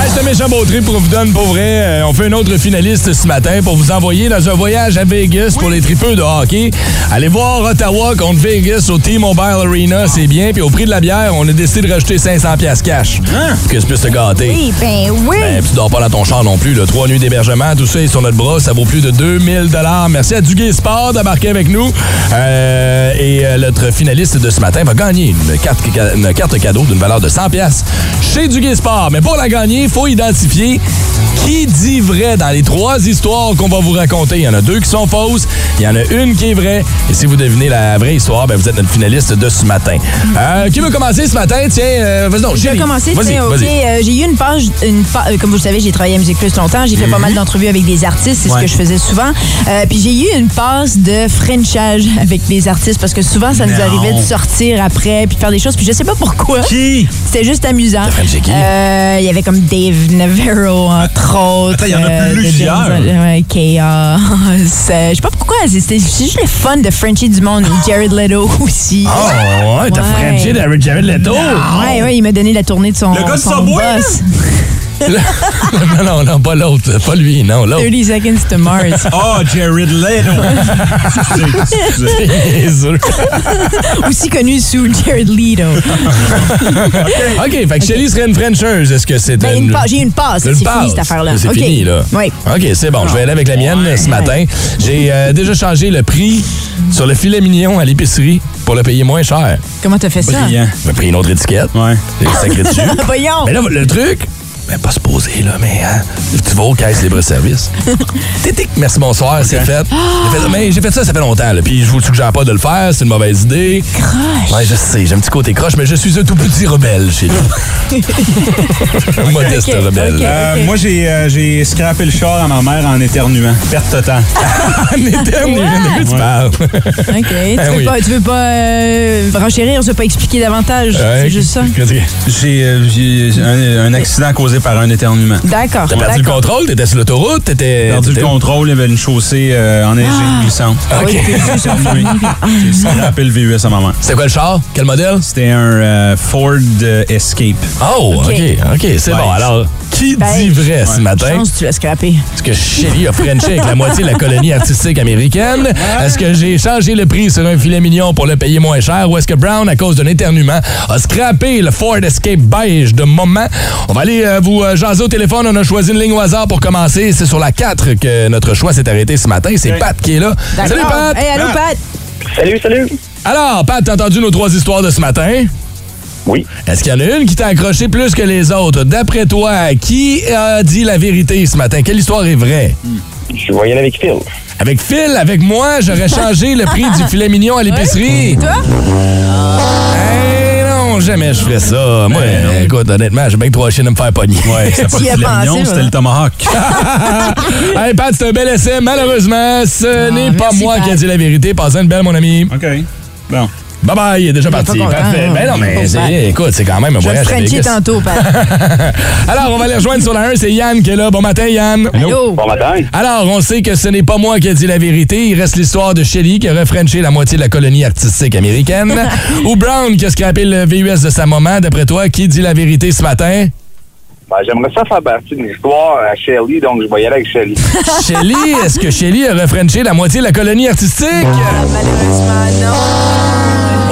Speaker 2: Ah, C'est un méchant beau trip pour vous donne pour vrai. Euh, on fait un autre finaliste ce matin pour vous envoyer dans un voyage à Vegas pour les tripeux de hockey. Allez voir Ottawa contre Vegas au T-Mobile Arena, c'est bien. Puis au prix de la bière, on a décidé de rajouter 500 pièces cash. Pour que tu puisses te gâter.
Speaker 3: Oui, ben oui.
Speaker 2: Ben, puis tu dors pas dans ton char non plus. Là. Trois nuits d'hébergement, tout ça est sur notre bras. Ça vaut plus de 2000 Merci à Duguay Sport d'embarquer avec nous. Euh, et euh, notre finaliste de ce matin va gagner une carte, une carte cadeau d'une valeur de 100 chez Duguay Sport. Mais pour la gagner, il faut identifier qui dit vrai dans les trois histoires qu'on va vous raconter. Il y en a deux qui sont fausses, il y en a une qui est vraie. Et si vous devinez la vraie histoire, ben vous êtes notre finaliste de ce matin. Euh, qui veut commencer ce matin? Tiens, euh, vas-y donc,
Speaker 3: Je vais
Speaker 2: Julie.
Speaker 3: commencer,
Speaker 2: Vas-y,
Speaker 3: c'est OK.
Speaker 2: vas-y.
Speaker 3: Euh, j'ai eu une page, une fa- euh, comme vous le savez, j'ai travaillé à Musique Plus longtemps, j'ai fait pas mal d'entrevues avec des artistes, c'est
Speaker 4: Mm-hmm.
Speaker 3: ce
Speaker 4: Ouais.
Speaker 3: que je faisais souvent. Euh, puis j'ai eu une passe de frenchage avec des artistes parce que souvent ça nous
Speaker 4: Non.
Speaker 3: arrivait de sortir après puis faire des choses, puis je sais pas pourquoi.
Speaker 4: Qui?
Speaker 3: C'était juste amusant.
Speaker 2: frenché qui?
Speaker 3: Euh, Il y avait comme Dave Navarro, entre autres.
Speaker 4: Attends, il y en a
Speaker 3: euh,
Speaker 4: plusieurs.
Speaker 3: de James- ouais, Chaos. Euh, Je sais pas pourquoi, c'était c'est juste le fun de frenchie du monde. Jared Leto aussi.
Speaker 2: Oh,
Speaker 4: Ah,
Speaker 2: ouais, t'as
Speaker 3: Ouais.
Speaker 2: Frenchie de Jared Leto.
Speaker 3: Ouais, ouais, il m'a donné la tournée de son.
Speaker 4: Le gars de
Speaker 3: son
Speaker 4: Subway,
Speaker 3: boss.
Speaker 2: non, non, non, pas l'autre. Pas lui, non, l'autre.
Speaker 3: 30 Seconds to Mars.
Speaker 4: Oh, Jared Leto! Excusez, excusez.
Speaker 2: C'est sûr.
Speaker 3: Aussi connu sous Jared Leto.
Speaker 2: OK, fait que Shelly serait une Frencheuse. Est-ce que c'est
Speaker 3: Ben, une pa- j'ai une passe. C'est fini, cette affaire-là.
Speaker 2: C'est
Speaker 3: OK.
Speaker 2: fini, là.
Speaker 3: Oui.
Speaker 2: OK, c'est bon. Je vais aller avec la mienne ce matin. J'ai euh, déjà changé le prix sur le filet mignon à l'épicerie pour le payer moins cher.
Speaker 3: Comment t'as fait ça?
Speaker 4: Brillant.
Speaker 2: J'ai pris une autre étiquette.
Speaker 4: Ouais.
Speaker 2: J'ai sacré dessus.
Speaker 3: Voyons.
Speaker 2: Mais là, le truc, ben pas se poser, là, mais hein, tu vas aux caisses libre-service. Tétic, merci, bonsoir, c'est fait. J'ai fait- Mais j'ai fait ça, ça fait longtemps, là, puis je vous suggère pas de le faire, c'est une mauvaise idée. Croche. Ouais, je sais, j'ai un petit côté croche, mais je suis un tout petit rebelle chez nous. Un modeste
Speaker 3: Ok,
Speaker 2: rebelle. Ah,
Speaker 3: ok.
Speaker 4: Euh, Moi, j'ai euh, j'ai scrappé le char à ma mère en éternuant. Perte totale.
Speaker 2: En éternel, Ah, de quoi tu parles?
Speaker 3: OK. Tu
Speaker 2: Ah
Speaker 3: veux
Speaker 2: oui.
Speaker 3: pas, tu veux pas euh, renchérir, tu veux pas expliquer davantage.
Speaker 2: Ouais,
Speaker 3: c'est juste ça.
Speaker 2: qu'est-ce que-
Speaker 4: J'ai euh, j'ai un, un accident causé par un éternuement.
Speaker 3: D'accord.
Speaker 2: T'as perdu le
Speaker 3: d'accord.
Speaker 2: contrôle, t'étais sur l'autoroute, t'étais.
Speaker 4: J'ai perdu le
Speaker 2: t'étais-
Speaker 4: contrôle, il y avait une chaussée euh, enneigée
Speaker 3: Ah.
Speaker 4: glissante.
Speaker 2: Ok.
Speaker 4: Éternué. J'ai scrappé le VUS à ma mère.
Speaker 2: C'était quoi le char? Quel modèle?
Speaker 4: C'était un euh, Ford euh, Escape.
Speaker 2: Oh, OK, OK, c'est
Speaker 4: Ouais.
Speaker 2: bon. Alors, qui
Speaker 3: Ben,
Speaker 2: dit vrai ce matin?
Speaker 3: Chance, tu l'as scrappé.
Speaker 2: Est-ce que Shelly a Frenché avec la moitié de la colonie artistique américaine? Est-ce que j'ai changé le prix sur un filet mignon pour le payer moins cher? Ou est-ce que Brown, à cause d'un éternuement, a scrappé le Ford Escape beige de moment? On va aller euh, vous euh, jaser au téléphone. On a choisi une ligne au hasard pour commencer. C'est sur la 4 que notre choix s'est arrêté ce matin. C'est Pat qui est là.
Speaker 3: D'accord.
Speaker 2: Salut, Pat!
Speaker 3: Hey, allô, Pat.
Speaker 5: Salut, salut.
Speaker 2: Alors, Pat, t'as entendu nos trois histoires de ce matin?
Speaker 5: Oui.
Speaker 2: Est-ce qu'il y en a une qui t'a accroché plus que les autres? D'après toi, qui a dit la vérité ce matin? Quelle histoire est vraie?
Speaker 5: Je voyais avec Phil.
Speaker 2: Avec Phil, avec moi, j'aurais changé le prix du filet mignon à l'épicerie.
Speaker 3: Toi?
Speaker 2: Eh non, jamais je ferais ça. Moi,
Speaker 3: Ben, euh,
Speaker 2: écoute, honnêtement, j'ai bien que trois chiens à me faire pogner. Ouais,
Speaker 4: C'était pas
Speaker 3: Tu y as
Speaker 4: le filet
Speaker 3: pensé,
Speaker 4: mignon,
Speaker 3: voilà.
Speaker 4: c'était le Tomahawk.
Speaker 2: Hey Pat, c'est un bel essai. Malheureusement, ce n'est pas
Speaker 3: Ah, merci,
Speaker 2: moi qui a
Speaker 3: Pat.
Speaker 2: dit la vérité. Passez une belle, mon ami.
Speaker 4: OK. Bon.
Speaker 2: Bye bye, il est déjà
Speaker 3: est
Speaker 2: parti.
Speaker 3: pas content,
Speaker 2: Parfait.
Speaker 3: hein?
Speaker 2: Ben non,
Speaker 3: Il
Speaker 2: mais
Speaker 3: est pas
Speaker 2: c'est- écoute, c'est quand même un
Speaker 3: Je vais
Speaker 2: voyage
Speaker 3: le
Speaker 2: à
Speaker 3: Frenchie
Speaker 2: Vegas.
Speaker 3: tantôt, Pat.
Speaker 2: Alors, on va les rejoindre sur la 1. C'est Yann qui est là. Bon matin, Yann.
Speaker 3: Allô?
Speaker 5: Bon matin.
Speaker 2: Alors, on sait que ce n'est pas moi qui ai dit la vérité. Il reste l'histoire de Shelley qui aurait frenché la moitié de la colonie artistique américaine. Ou Brown qui a scrappé le VUS de sa maman. D'après toi, qui dit la vérité ce matin?
Speaker 5: Ben, J'aimerais ça faire partie d'une histoire à Shelly, donc je voyais avec Shelly.
Speaker 2: Shelley, est-ce que Shelley aurait frenché la moitié de la colonie artistique?
Speaker 3: Ah, Malheureusement,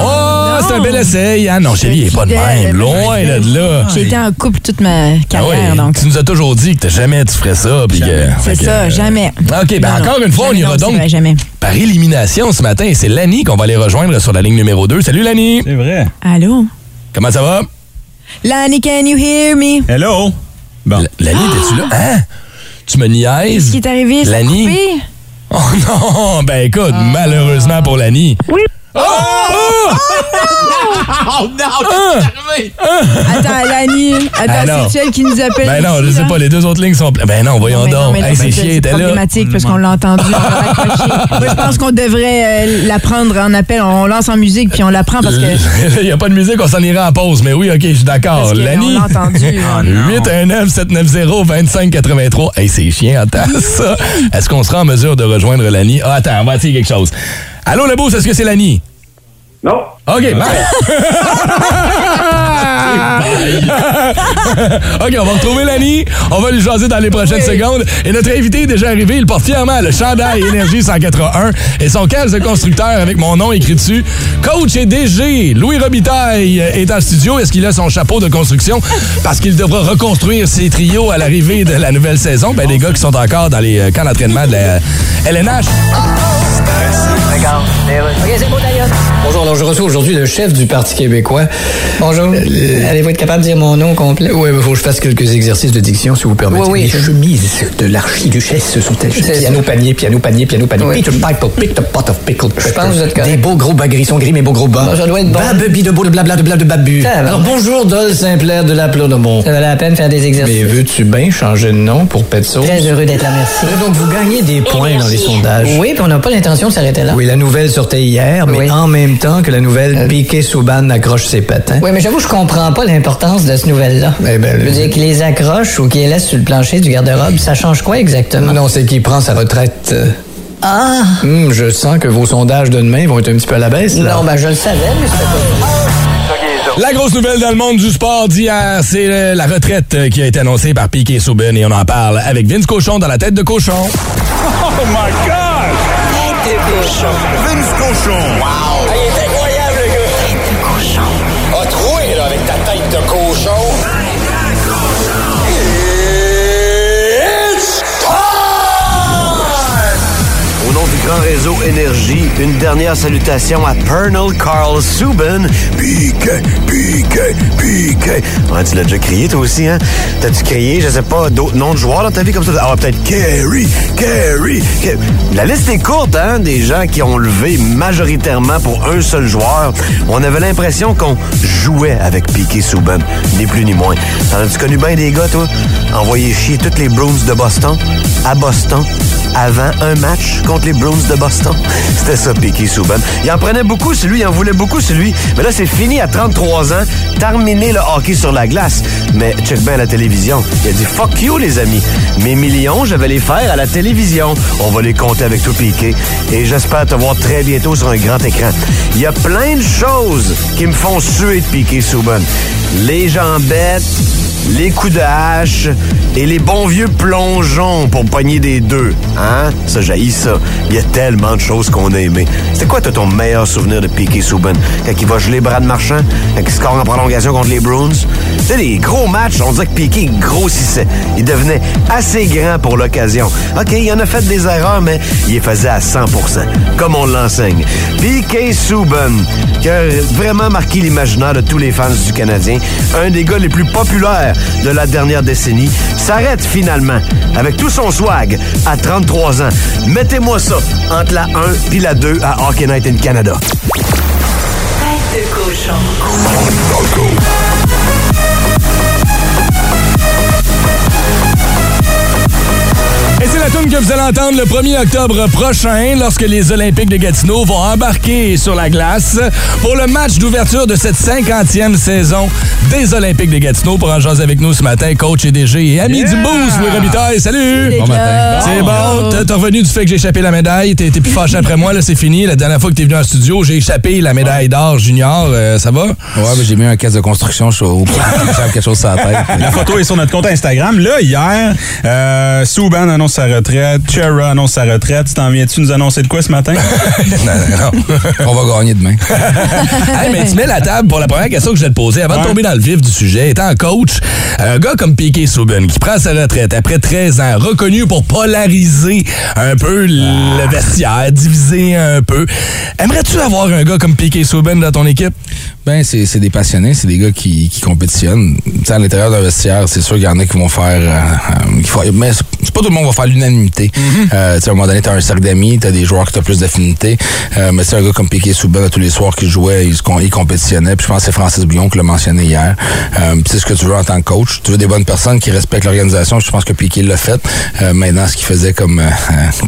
Speaker 2: Oh, c'est un bel essai. Ah non, Shelley est pas de
Speaker 3: fidèle,
Speaker 2: même.
Speaker 3: mais
Speaker 2: Loin là, de là.
Speaker 3: J'ai été en couple toute ma
Speaker 2: Ah oui,
Speaker 3: carrière, donc.
Speaker 2: Tu nous as toujours dit que t'as jamais tu ferais ça. puis que-
Speaker 3: C'est
Speaker 2: fait que,
Speaker 3: ça,
Speaker 2: euh,
Speaker 3: jamais.
Speaker 2: OK, ben
Speaker 3: Non, non,
Speaker 2: encore une fois, on
Speaker 3: jamais,
Speaker 2: ira
Speaker 3: non, c'est
Speaker 2: donc
Speaker 3: vrai, Jamais.
Speaker 2: par élimination ce matin. Et c'est Lani qu'on va aller rejoindre sur la ligne numéro 2. Salut Lani!
Speaker 4: C'est vrai.
Speaker 3: Allô?
Speaker 2: Comment ça va?
Speaker 3: Lanny, can you hear me?
Speaker 4: Hello. Bon.
Speaker 2: L- Lani, t'es-tu là? Hein? Tu me
Speaker 3: Ah! Qu'est-ce
Speaker 2: niaises?
Speaker 3: qui est arrivé? Ça a
Speaker 2: Lanny?
Speaker 3: coupé?
Speaker 2: Oh non! Ben écoute,
Speaker 3: Ah.
Speaker 2: malheureusement pour Lani. Oui! Oh! Oh!
Speaker 3: Attends, Lanny.
Speaker 2: Ah, non.
Speaker 3: Attends, c'est celle qui nous appelle.
Speaker 2: Ben non,
Speaker 3: ici,
Speaker 2: je sais
Speaker 3: là?
Speaker 2: pas, les deux autres lignes sont... pla- Ben non, voyons
Speaker 3: Non, mais non,
Speaker 2: donc.
Speaker 3: mais là,
Speaker 2: Hey, c'est
Speaker 3: c'est
Speaker 2: chiant, t'es là. Mm.
Speaker 3: problématique parce qu'on l'a entendu. on l'a accroché. Moi, je pense qu'on devrait euh, la prendre en appel. On lance en musique puis on la prend parce
Speaker 2: Euh,
Speaker 3: que.
Speaker 2: Il n'y a pas de musique, on s'en ira en pause. Mais oui, OK, je suis d'accord.
Speaker 3: Parce que
Speaker 2: oh, Lani...
Speaker 3: on l'a entendu. euh.
Speaker 4: Ah, non.
Speaker 2: 819-790-2583. Hey, c'est chiant, attends ça. Est-ce qu'on sera en mesure de rejoindre Lani? Ah, attends, on va essayer quelque chose. Allô, le boost, est-ce que c'est Lani?
Speaker 5: Non.
Speaker 2: OK, bye. OK, on va retrouver Lani. On va le jaser dans les prochaines secondes. Et notre invité est déjà arrivé. Il porte fièrement le chandail Énergie 181 et son casque de constructeur avec mon nom écrit dessus. Coach et DG, Louis Robitaille est en studio. Est-ce qu'il a son chapeau de construction? Parce qu'il devra reconstruire ses trios à l'arrivée de la nouvelle saison. Ben, les gars qui sont encore dans les euh, camps d'entraînement de la LNH.
Speaker 9: Bonjour, alors je reçois aujourd'hui le chef du Parti québécois. Bonjour. Allez-vous être capable de dire mon nom complet? Oui, il faut que je fasse quelques exercices de diction, si vous permettez.
Speaker 10: Oui, oui.
Speaker 9: Les chemises de l'archiduchesse sont-elles
Speaker 10: C'est
Speaker 9: piano, panier, piano, panier, piano, panier,
Speaker 10: Oui.
Speaker 9: pitch, pipe, pick, the pot of pickled
Speaker 10: Je pense que vous êtes correct.
Speaker 9: Des beaux gros bas gris sont gris, mais beaux gros bas.
Speaker 10: Bon, ça doit être bon.
Speaker 9: Babubi de beau, de blabla, de blabla, de babu.
Speaker 10: Ah, bon.
Speaker 9: Alors bonjour, Dol Saint-Clair de la Plodemont.
Speaker 10: Ça valait la peine de faire des exercices.
Speaker 9: Mais veux-tu bien changer de nom pour Pet Sauce?
Speaker 10: Très heureux d'être là, merci.
Speaker 9: Donc vous gagnez des points dans les sondages.
Speaker 10: Oui, puis on n'a pas l'intention de s'arrêter là.
Speaker 9: Oui, la nouvelle sortait hier, mais
Speaker 10: Oui. Euh,
Speaker 9: en même temps que la nouvelle Piquet Souban accroche ses patins.
Speaker 10: Oui, mais j'avoue, je comprends pas l'importance de ce nouvelle-là.
Speaker 9: Eh ben,
Speaker 10: je veux
Speaker 9: le-
Speaker 10: dire, qu'il les accroche ou qu'il les laisse sur le plancher du garde-robe, ça change quoi exactement?
Speaker 9: Non, c'est qu'il prend sa retraite. euh.
Speaker 10: Ah!
Speaker 9: Hum, je sens que vos sondages de demain vont être un petit peu à la baisse. Là.
Speaker 10: Non, ben je le savais, mais c'était pas...
Speaker 11: La grosse nouvelle dans le monde du sport d'hier, c'est euh, la retraite euh, qui a été annoncée par Piquet Souben et on en parle avec Vince Cochon dans la tête de cochon.
Speaker 1: Oh my God! Tête de cochon. Vince cochon. Wow! il est incroyable, le gars. Tête de cochon. A troué, là, avec ta tête de cochon. It's
Speaker 12: Au nom du grand réseau Énergie, une dernière salutation à Pernal Carl Subin. Pique, pique, pique. Ouais, tu l'as déjà crié, toi aussi, hein? T'as-tu crié, je sais pas, d'autres noms de joueurs dans ta vie comme ça? Ah, peut-être Kerry, Kerry. Ke- La liste est courte, hein? Des gens qui ont levé majoritairement pour un seul joueur. On avait l'impression qu'on jouait avec Piqué Souban, ni plus ni moins. T'en as-tu connu bien des gars, toi? Envoyer chier toutes les Brooms de Boston, à Boston, avant un match contre les Bruins de Boston. C'était ça, Piqué Souban. Il en prenait beaucoup, celui, il en voulait beaucoup, celui. Mais là, c'est fini à 33 ans, terminé le hockey sur la glace. Mais check bien la télévision. Il a dit fuck you, les amis. Mes millions, je vais les faire à la télévision. On va les compter avec tout Piqué. Et j'espère te voir très bientôt sur un grand écran. Il y a plein de choses qui me font suer de Piqué Souban. Les jambettes, les coups de hache et les bons vieux plongeons pour pogner des deux. Hein? Ça jaillit ça. Il y a tellement de choses qu'on a aimées. C'était quoi toi, ton meilleur souvenir de Piqué Souban? Quand il va geler Brad Marchand? Quand il score en prolongation contre les Bruins? C'était des gros matchs. On disait que Piqué grossissait. Il devenait assez grand pour l'occasion. OK, il en a fait des erreurs, mais il les faisait à 100 comme on l'enseigne. Piqué Souban, qui a vraiment marqué l'imaginaire de tous les fans du Canadien, un des gars les plus populaires de la dernière décennie, s'arrête finalement avec tout son swag à 33 ans. Mettez-moi ça entre la 1 puis la 2 à Hockey Night in Canada.
Speaker 1: Tête de cochon.
Speaker 11: Et c'est la tune que vous allez entendre le 1er octobre prochain lorsque les Olympiques de Gatineau vont embarquer sur la glace pour le match d'ouverture de cette 50e saison des Olympiques de Gatineau. Pour en jaser avec nous ce matin, coach et DG et ami du Boost, Louis Robitaille. Salut!
Speaker 4: Bon matin.
Speaker 11: C'est bon. T'as- T'es revenu du fait que j'ai échappé la médaille. T'es t'es plus fâché après moi, là, c'est fini. La dernière fois que t'es venu en studio, j'ai échappé la médaille d'or junior. Euh, ça va?
Speaker 2: Ouais, mais j'ai mis un casque de construction chaud. J'ai quelque chose sur la tête.
Speaker 4: La photo est sur notre compte Instagram. Là, hier, euh, Souban annonce sa retraite, Chera annonce sa retraite. Tu t'en viens-tu nous annoncer de quoi ce matin?
Speaker 2: non, On va gagner demain.
Speaker 11: Hey, mais tu mets la table pour la première question que je vais te poser. Avant de tomber dans le vif du sujet, étant coach, un gars comme Piqué Souben qui prend sa retraite après 13 ans, reconnu pour polariser un peu
Speaker 2: Ah.
Speaker 11: le vestiaire, diviser un peu, aimerais-tu avoir un gars comme Piqué Souben dans ton équipe?
Speaker 2: Ben, c'est c'est des passionnés, c'est des gars qui, qui compétitionnent. Tu sais, à l'intérieur d'un vestiaire, c'est sûr qu'il y en a qui vont faire. euh, euh, qui font- mais c'est c'est pas tout le monde va faire l'unanimité. Euh, tu sais, à un moment donné, t'as un cercle d'amis, t'as des joueurs que t'as plus d'affinité. Euh, mais c'est un gars comme Piqué Souban, tous les soirs qu'il jouait, il, se com- il compétitionnait. Puis je pense que c'est Francis Billon qui l'a mentionné hier. Euh, puis c'est ce que tu veux en tant que coach. Tu veux des bonnes personnes qui respectent l'organisation. Je pense que Piqué l'a fait. Euh, maintenant, ce qu'il faisait comme, euh,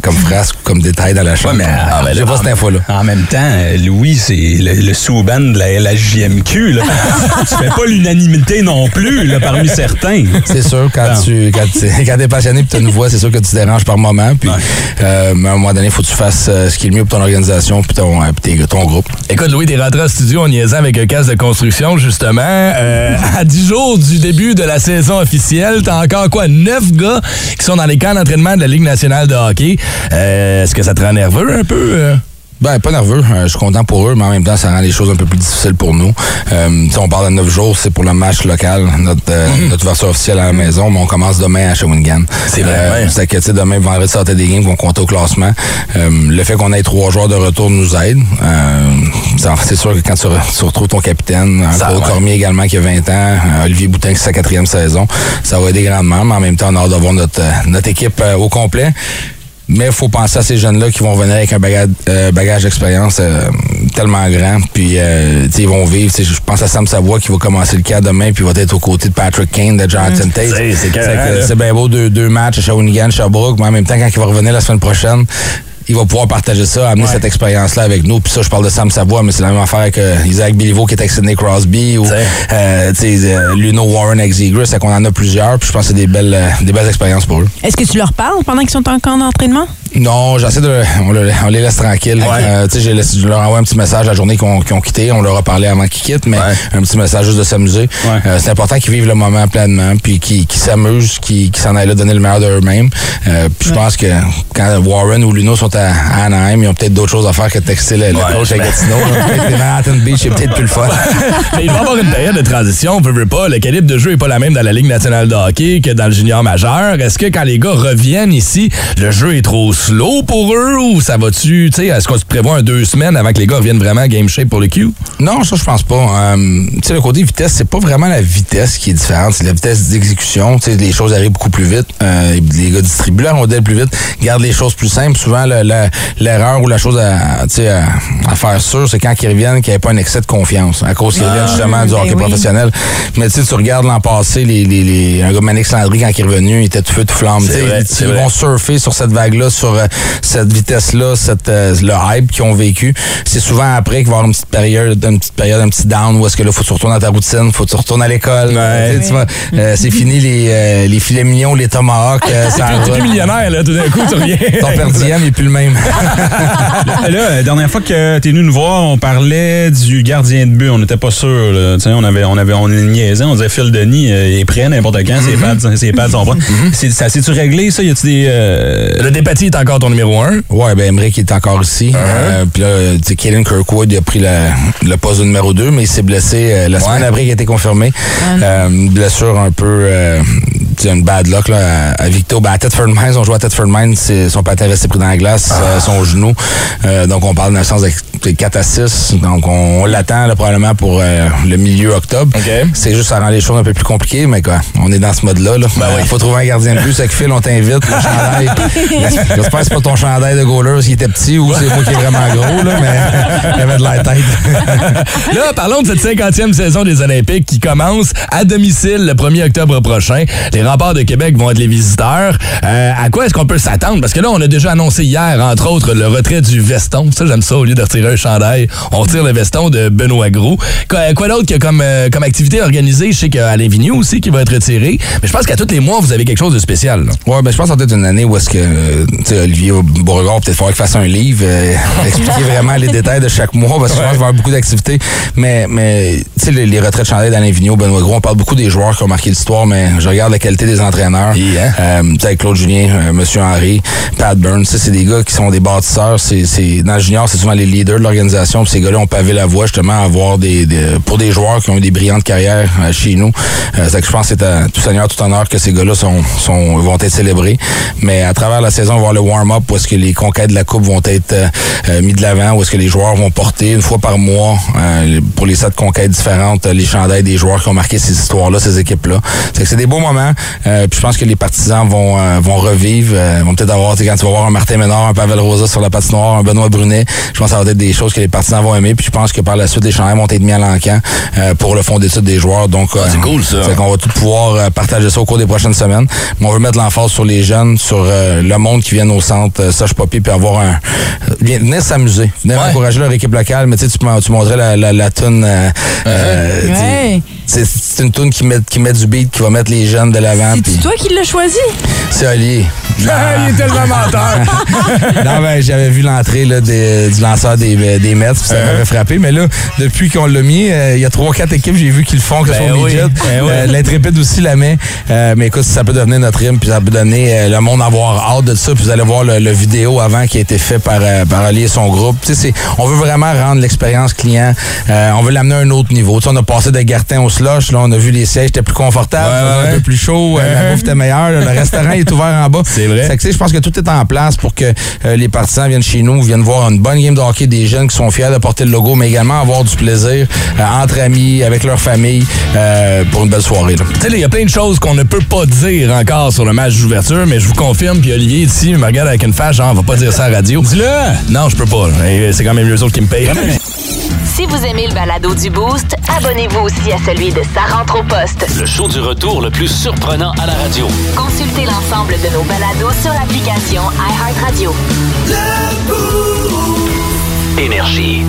Speaker 2: comme frasque, comme détail dans la chambre. Ah, J'ai pas cette info-là.
Speaker 4: En même temps, euh, Louis, c'est le, le Souban de la LHJMQ. Là. tu fais pas l'unanimité non plus là, parmi certains.
Speaker 2: C'est sûr, quand
Speaker 4: Non.
Speaker 2: tu quand, tu- quand t'es passionné et tu une voix, c'est sûr que tu te déranges par moment. Puis, euh, mais à un moment donné, il faut que tu fasses euh, ce qui est le mieux pour ton organisation puis ton, euh, puis tes- ton groupe.
Speaker 11: Écoute, Louis, t'es rentré en studio en niaisant avec un casque de construction, justement. Euh, à 10 jours du début de la saison officielle, t'as encore quoi? 9 gars qui sont dans les camps d'entraînement de la Ligue nationale de hockey. Euh, Est-ce que ça te rend nerveux un peu? euh?
Speaker 2: Ben, pas nerveux. Euh, je suis content pour eux, mais en même temps, ça rend les choses un peu plus difficiles pour nous. Euh, tu sais, on parle de neuf jours, c'est pour le match local, notre, euh, notre version officielle à la maison, mais on commence demain à Shawinigan. Euh, C'est vrai. c'est que, tu sais, demain, vendredi, sortait des games vont compter au classement. Euh, le fait qu'on ait trois joueurs de retour nous aide. Euh, ça- c'est sûr que quand tu, re- tu retrouves ton capitaine, un Claude Cormier également qui a 20 ans, euh, Olivier Boutin qui c'est sa quatrième saison, ça va aider grandement, mais en même temps, on a hâte d'avoir notre, euh, notre équipe euh, au complet. Mais il faut penser à ces jeunes-là qui vont venir avec un bagage, euh, bagage d'expérience euh, tellement grand. Puis, euh, tu sais, ils vont vivre. Tu sais, Je pense à Sam Savoie qui va commencer le cas demain puis il va être aux côtés de Patrick Kane, de Jonathan Tate.
Speaker 11: Mmh. C'est- c'est
Speaker 2: que,
Speaker 11: carré, là.
Speaker 2: c'est bien beau deux, deux matchs à Shawinigan, Sherbrooke, mais en même temps, quand il va revenir la semaine prochaine, il va pouvoir partager ça, amener cette expérience-là avec nous. Puis ça, je parle de Sam Savoie, mais c'est la même affaire que Isaac Biliveau qui est avec Sidney Crosby ou euh, tu sais, euh, Luno Warren avec Zegras. C'est qu'on en a plusieurs. Puis je pense que c'est des belles, euh, des belles expériences pour eux.
Speaker 3: Est-ce que tu leur parles pendant qu'ils sont en camp d'entraînement?
Speaker 2: Non, j'essaie de. On, le- on les laisse tranquilles. Euh, tu sais, j'ai laissé- je leur envoie un petit message la journée qu'ils ont, qu'ils ont quitté. On leur a parlé avant qu'ils quittent, mais un petit message juste de s'amuser. Euh, c'est important qu'ils vivent le moment pleinement, puis qu'ils qu'ils s'amusent, qu'ils qu'ils s'en aillent là donner le meilleur d'eux-mêmes. Euh, puis je pense que quand Warren ou Luno sont à à Anaheim, ils ont peut-être d'autres choses à faire que de texter le, le coach à
Speaker 13: ben-
Speaker 2: Gatineau. là. Peut-être les Manhattan Beach, c'est peut-être plus le fun.
Speaker 13: Mais il va y avoir une période de transition, on veut, veut pas. Le calibre de jeu est pas la même dans la Ligue nationale de hockey que dans le junior majeur. Est-ce que quand les gars reviennent ici, le jeu est trop slow pour eux ou ça va-tu? tu sais, Est-ce qu'on se prévoit un deux semaines avant que les gars reviennent vraiment game shape pour le Q?
Speaker 2: Non, ça, je pense pas. Euh, tu sais, le côté vitesse, c'est pas vraiment la vitesse qui est différente, c'est la vitesse d'exécution. Tu sais, les choses arrivent beaucoup plus vite. Euh, les gars distribuent leur modèle plus vite, gardent les choses plus simples. Souvent, le- la- l'erreur ou la chose à, tu sais, à, à faire sûr, c'est quand ils reviennent, qu'il n'y ait pas un excès de confiance. À cause qu'ils
Speaker 13: Ah,
Speaker 2: reviennent justement du
Speaker 13: ben
Speaker 2: hockey
Speaker 13: oui.
Speaker 2: professionnel. Mais tu sais, tu regardes l'an passé, les, les, les, un gars Manix Landry, quand il est revenu, il était tout feu, tout flamme. Tu
Speaker 13: C'est
Speaker 2: sais,
Speaker 13: vrai,
Speaker 2: ils-
Speaker 13: c'est
Speaker 2: ils
Speaker 13: vrai.
Speaker 2: vont surfer sur cette vague-là, sur euh, cette vitesse-là, cette, euh, le hype qu'ils ont vécu. C'est souvent après qu'il va y avoir une petite période, une petite période, un petit down où est-ce que là, faut que tu retournes à ta routine, faut que tu retournes à l'école. Tu sais, tu vois, euh, c'est fini les, euh, les filets mignons, les tomahawks. euh,
Speaker 13: T'es
Speaker 2: ça
Speaker 13: plus- t'es
Speaker 2: roule.
Speaker 13: plus millionnaire, là, tout d'un coup, tu reviens.
Speaker 2: Ton père Diane n'est plus le même.
Speaker 4: Là, la dernière fois que t'es venu nous voir, on parlait du gardien de but. On n'était pas sûr. là. Tu sais, On avait, on avait, on niaisait. On disait Phil Denis, euh, il est prêt n'importe quand. Ses pads, ses pads sont prêts. C'est- Ça s'est-tu réglé, ça? Y a-tu des... euh,
Speaker 13: Le Despatie est encore ton numéro un.
Speaker 2: Ouais, ben Emmerich est encore ici. Euh, Puis là, tu sais, Kaelin Kirkwood il a pris le, le poste de numéro 2, mais il s'est blessé euh, la semaine après qu'il a été confirmé. Euh, une blessure un peu, euh, tu sais, une bad luck là, à, à Victo. Ben, à Tedford Mines, on joue à Tedford Mines, c'est- son patin resté pris dans la glace,
Speaker 13: Ah.
Speaker 2: euh, son genou. Euh, donc on parle d'une absence de de 4 à 6. Donc on, on l'attend là, probablement pour euh, le milieu octobre. C'est juste ça rend les choses un peu plus compliquées, mais quoi, on est dans ce mode-là. Là.
Speaker 13: Ben
Speaker 2: Euh, faut trouver un gardien de but, c'est que Phil, on t'invite, le chandail. Ben, J'espère que c'est pas ton chandail de goaler qui était petit ou c'est moi qui est vraiment gros, là, mais il avait de la tête.
Speaker 13: Là, parlons de cette 50e saison des Olympiques qui commence à domicile le 1er octobre prochain. Les remparts de Québec vont être les visiteurs. Euh, à quoi est-ce qu'on peut s'attendre? Parce que là, on a déjà annoncé hier, entre autres, le retrait du veston. Ça, j'aime ça. Au lieu de retirer un chandail, on retire le veston de Benoît Gros. Quoi, quoi d'autre qu'il y a comme, euh, comme activité organisée? Je sais qu'il y a Alain Vigneault aussi qui va être retiré. Mais je pense qu'à tous les mois, vous avez quelque chose de spécial. là.
Speaker 2: Ouais, ben je pense que ça doit être une année où est-ce que euh, tu sais, Olivier Beauregard peut-être falloir qu'il fasse un livre, euh, expliquer vraiment les détails de chaque mois, parce que je pense qu'il va y avoir beaucoup d'activités. Mais, mais tu sais, les, les retraites chandelles d'Alain Vigneault, Benoît Gros, on parle beaucoup des joueurs qui ont marqué l'histoire, mais je regarde la qualité des entraîneurs.
Speaker 13: hein?
Speaker 2: Euh, tu sais, avec Claude Julien, euh, Monsieur Henry, Pat Burns, ça, c'est des gars qui sont des bâtisseurs. C'est, c'est, dans le junior, c'est souvent les leaders de l'organisation. Puis Ces gars-là ont pavé la voie justement à avoir des, des- pour des joueurs qui ont eu des brillantes carrières euh, chez nous. Euh, c'est que je pense que c'est à tout seigneur, tout honneur que ces gars-là sont, sont- vont être célébrés. Mais à travers la saison, on va voir le warm-up où est-ce que les conquêtes de la Coupe vont être euh, euh, mis de l'avant, où est-ce que les joueurs vont porter une fois par mois euh, pour les sept conquêtes différentes, euh, les chandails des joueurs qui ont marqué ces histoires-là, ces équipes-là. C'est que c'est des beaux moments. Euh, puis je pense que les partisans vont, euh, vont revivre. euh, vont peut-être avoir, tu sais, quand tu vas voir un Martin Ménard, un Pavel Rosa sur la patinoire, un Benoît Brunet, je pense que ça va être des choses que les partisans vont aimer. Puis je pense que par la suite, les chandails vont être mis à l'encan euh, pour le fond d'études des joueurs. Donc, c'est cool ça. qu'on va tout pouvoir euh, partager ça au cours des prochaines semaines. Mais on veut mettre l'emphase sur les jeunes, sur euh, le monde qui vient au centre, euh, Sage Poppy, puis avoir un. Viens- Venez s'amuser. Venez encourager leur équipe locale. Mais tu sais, tu m'en- tu montrais la, la, la toune. euh, euh, tu sais,
Speaker 3: Ouais.
Speaker 2: c'est- C'est une toune qui met, qui met du beat, qui va mettre les jeunes de l'avant. Ah, puis-
Speaker 3: C'est toi qui l'as choisi?
Speaker 2: C'est Olivier.
Speaker 3: Il est tellement menteur.
Speaker 2: non, ben, j'avais vu l'entrée là, des- du lanceur des, euh, des Mets, puis ça m'avait frappé. Mais là, depuis qu'on l'a mis, euh, il y a trois, quatre équipes, j'ai vu qu'ils le font, que ce
Speaker 13: Ben
Speaker 2: soit au
Speaker 13: oui,
Speaker 2: midget.
Speaker 13: ben oui.
Speaker 2: Euh, L'intrépide aussi la met. Euh, mais écoute, ça peut devenir notre hymne, puis ça peut donner euh, le monde à avoir hâte de ça. Puis vous allez voir le, le vidéo avant qui a été fait par, euh, par Ali et son groupe. Tu sais, c'est- on veut vraiment rendre l'expérience client. euh, on veut l'amener à un autre niveau. Tu sais, on a passé de Gartin au slush. Là, on a vu les sièges étaient plus confortables, un peu plus chaud, euh, la bouffe était meilleure. là, le restaurant est ouvert en bas.
Speaker 13: Uh-huh. C'est vrai.
Speaker 2: Fait que, tu sais, je pense que tout est en place pour que euh, les partisans viennent chez nous, viennent voir une bonne game de hockey des jeunes qui sont fiers de porter le logo, mais également avoir du plaisir euh, entre amis, avec leur famille, euh, pour une belle soirée. là.
Speaker 13: Tu sais, là, il y a plein de choses qu'on ne peut pas dire encore sur le match d'ouverture, mais je vous confirme, puis Olivier ici il me regarde avec une fâche, genre, on va pas dire ça à la radio. Dis-le! Non, je peux pas. là. Et euh, C'est quand même eux autres qui me payent.
Speaker 7: Si vous aimez le balado du Boost, abonnez-vous aussi à celui de Sa rentre au poste.
Speaker 1: Le show du retour le plus surprenant à la radio.
Speaker 7: Consultez l'ensemble de nos balados sur l'application iHeartRadio.
Speaker 1: Énergie.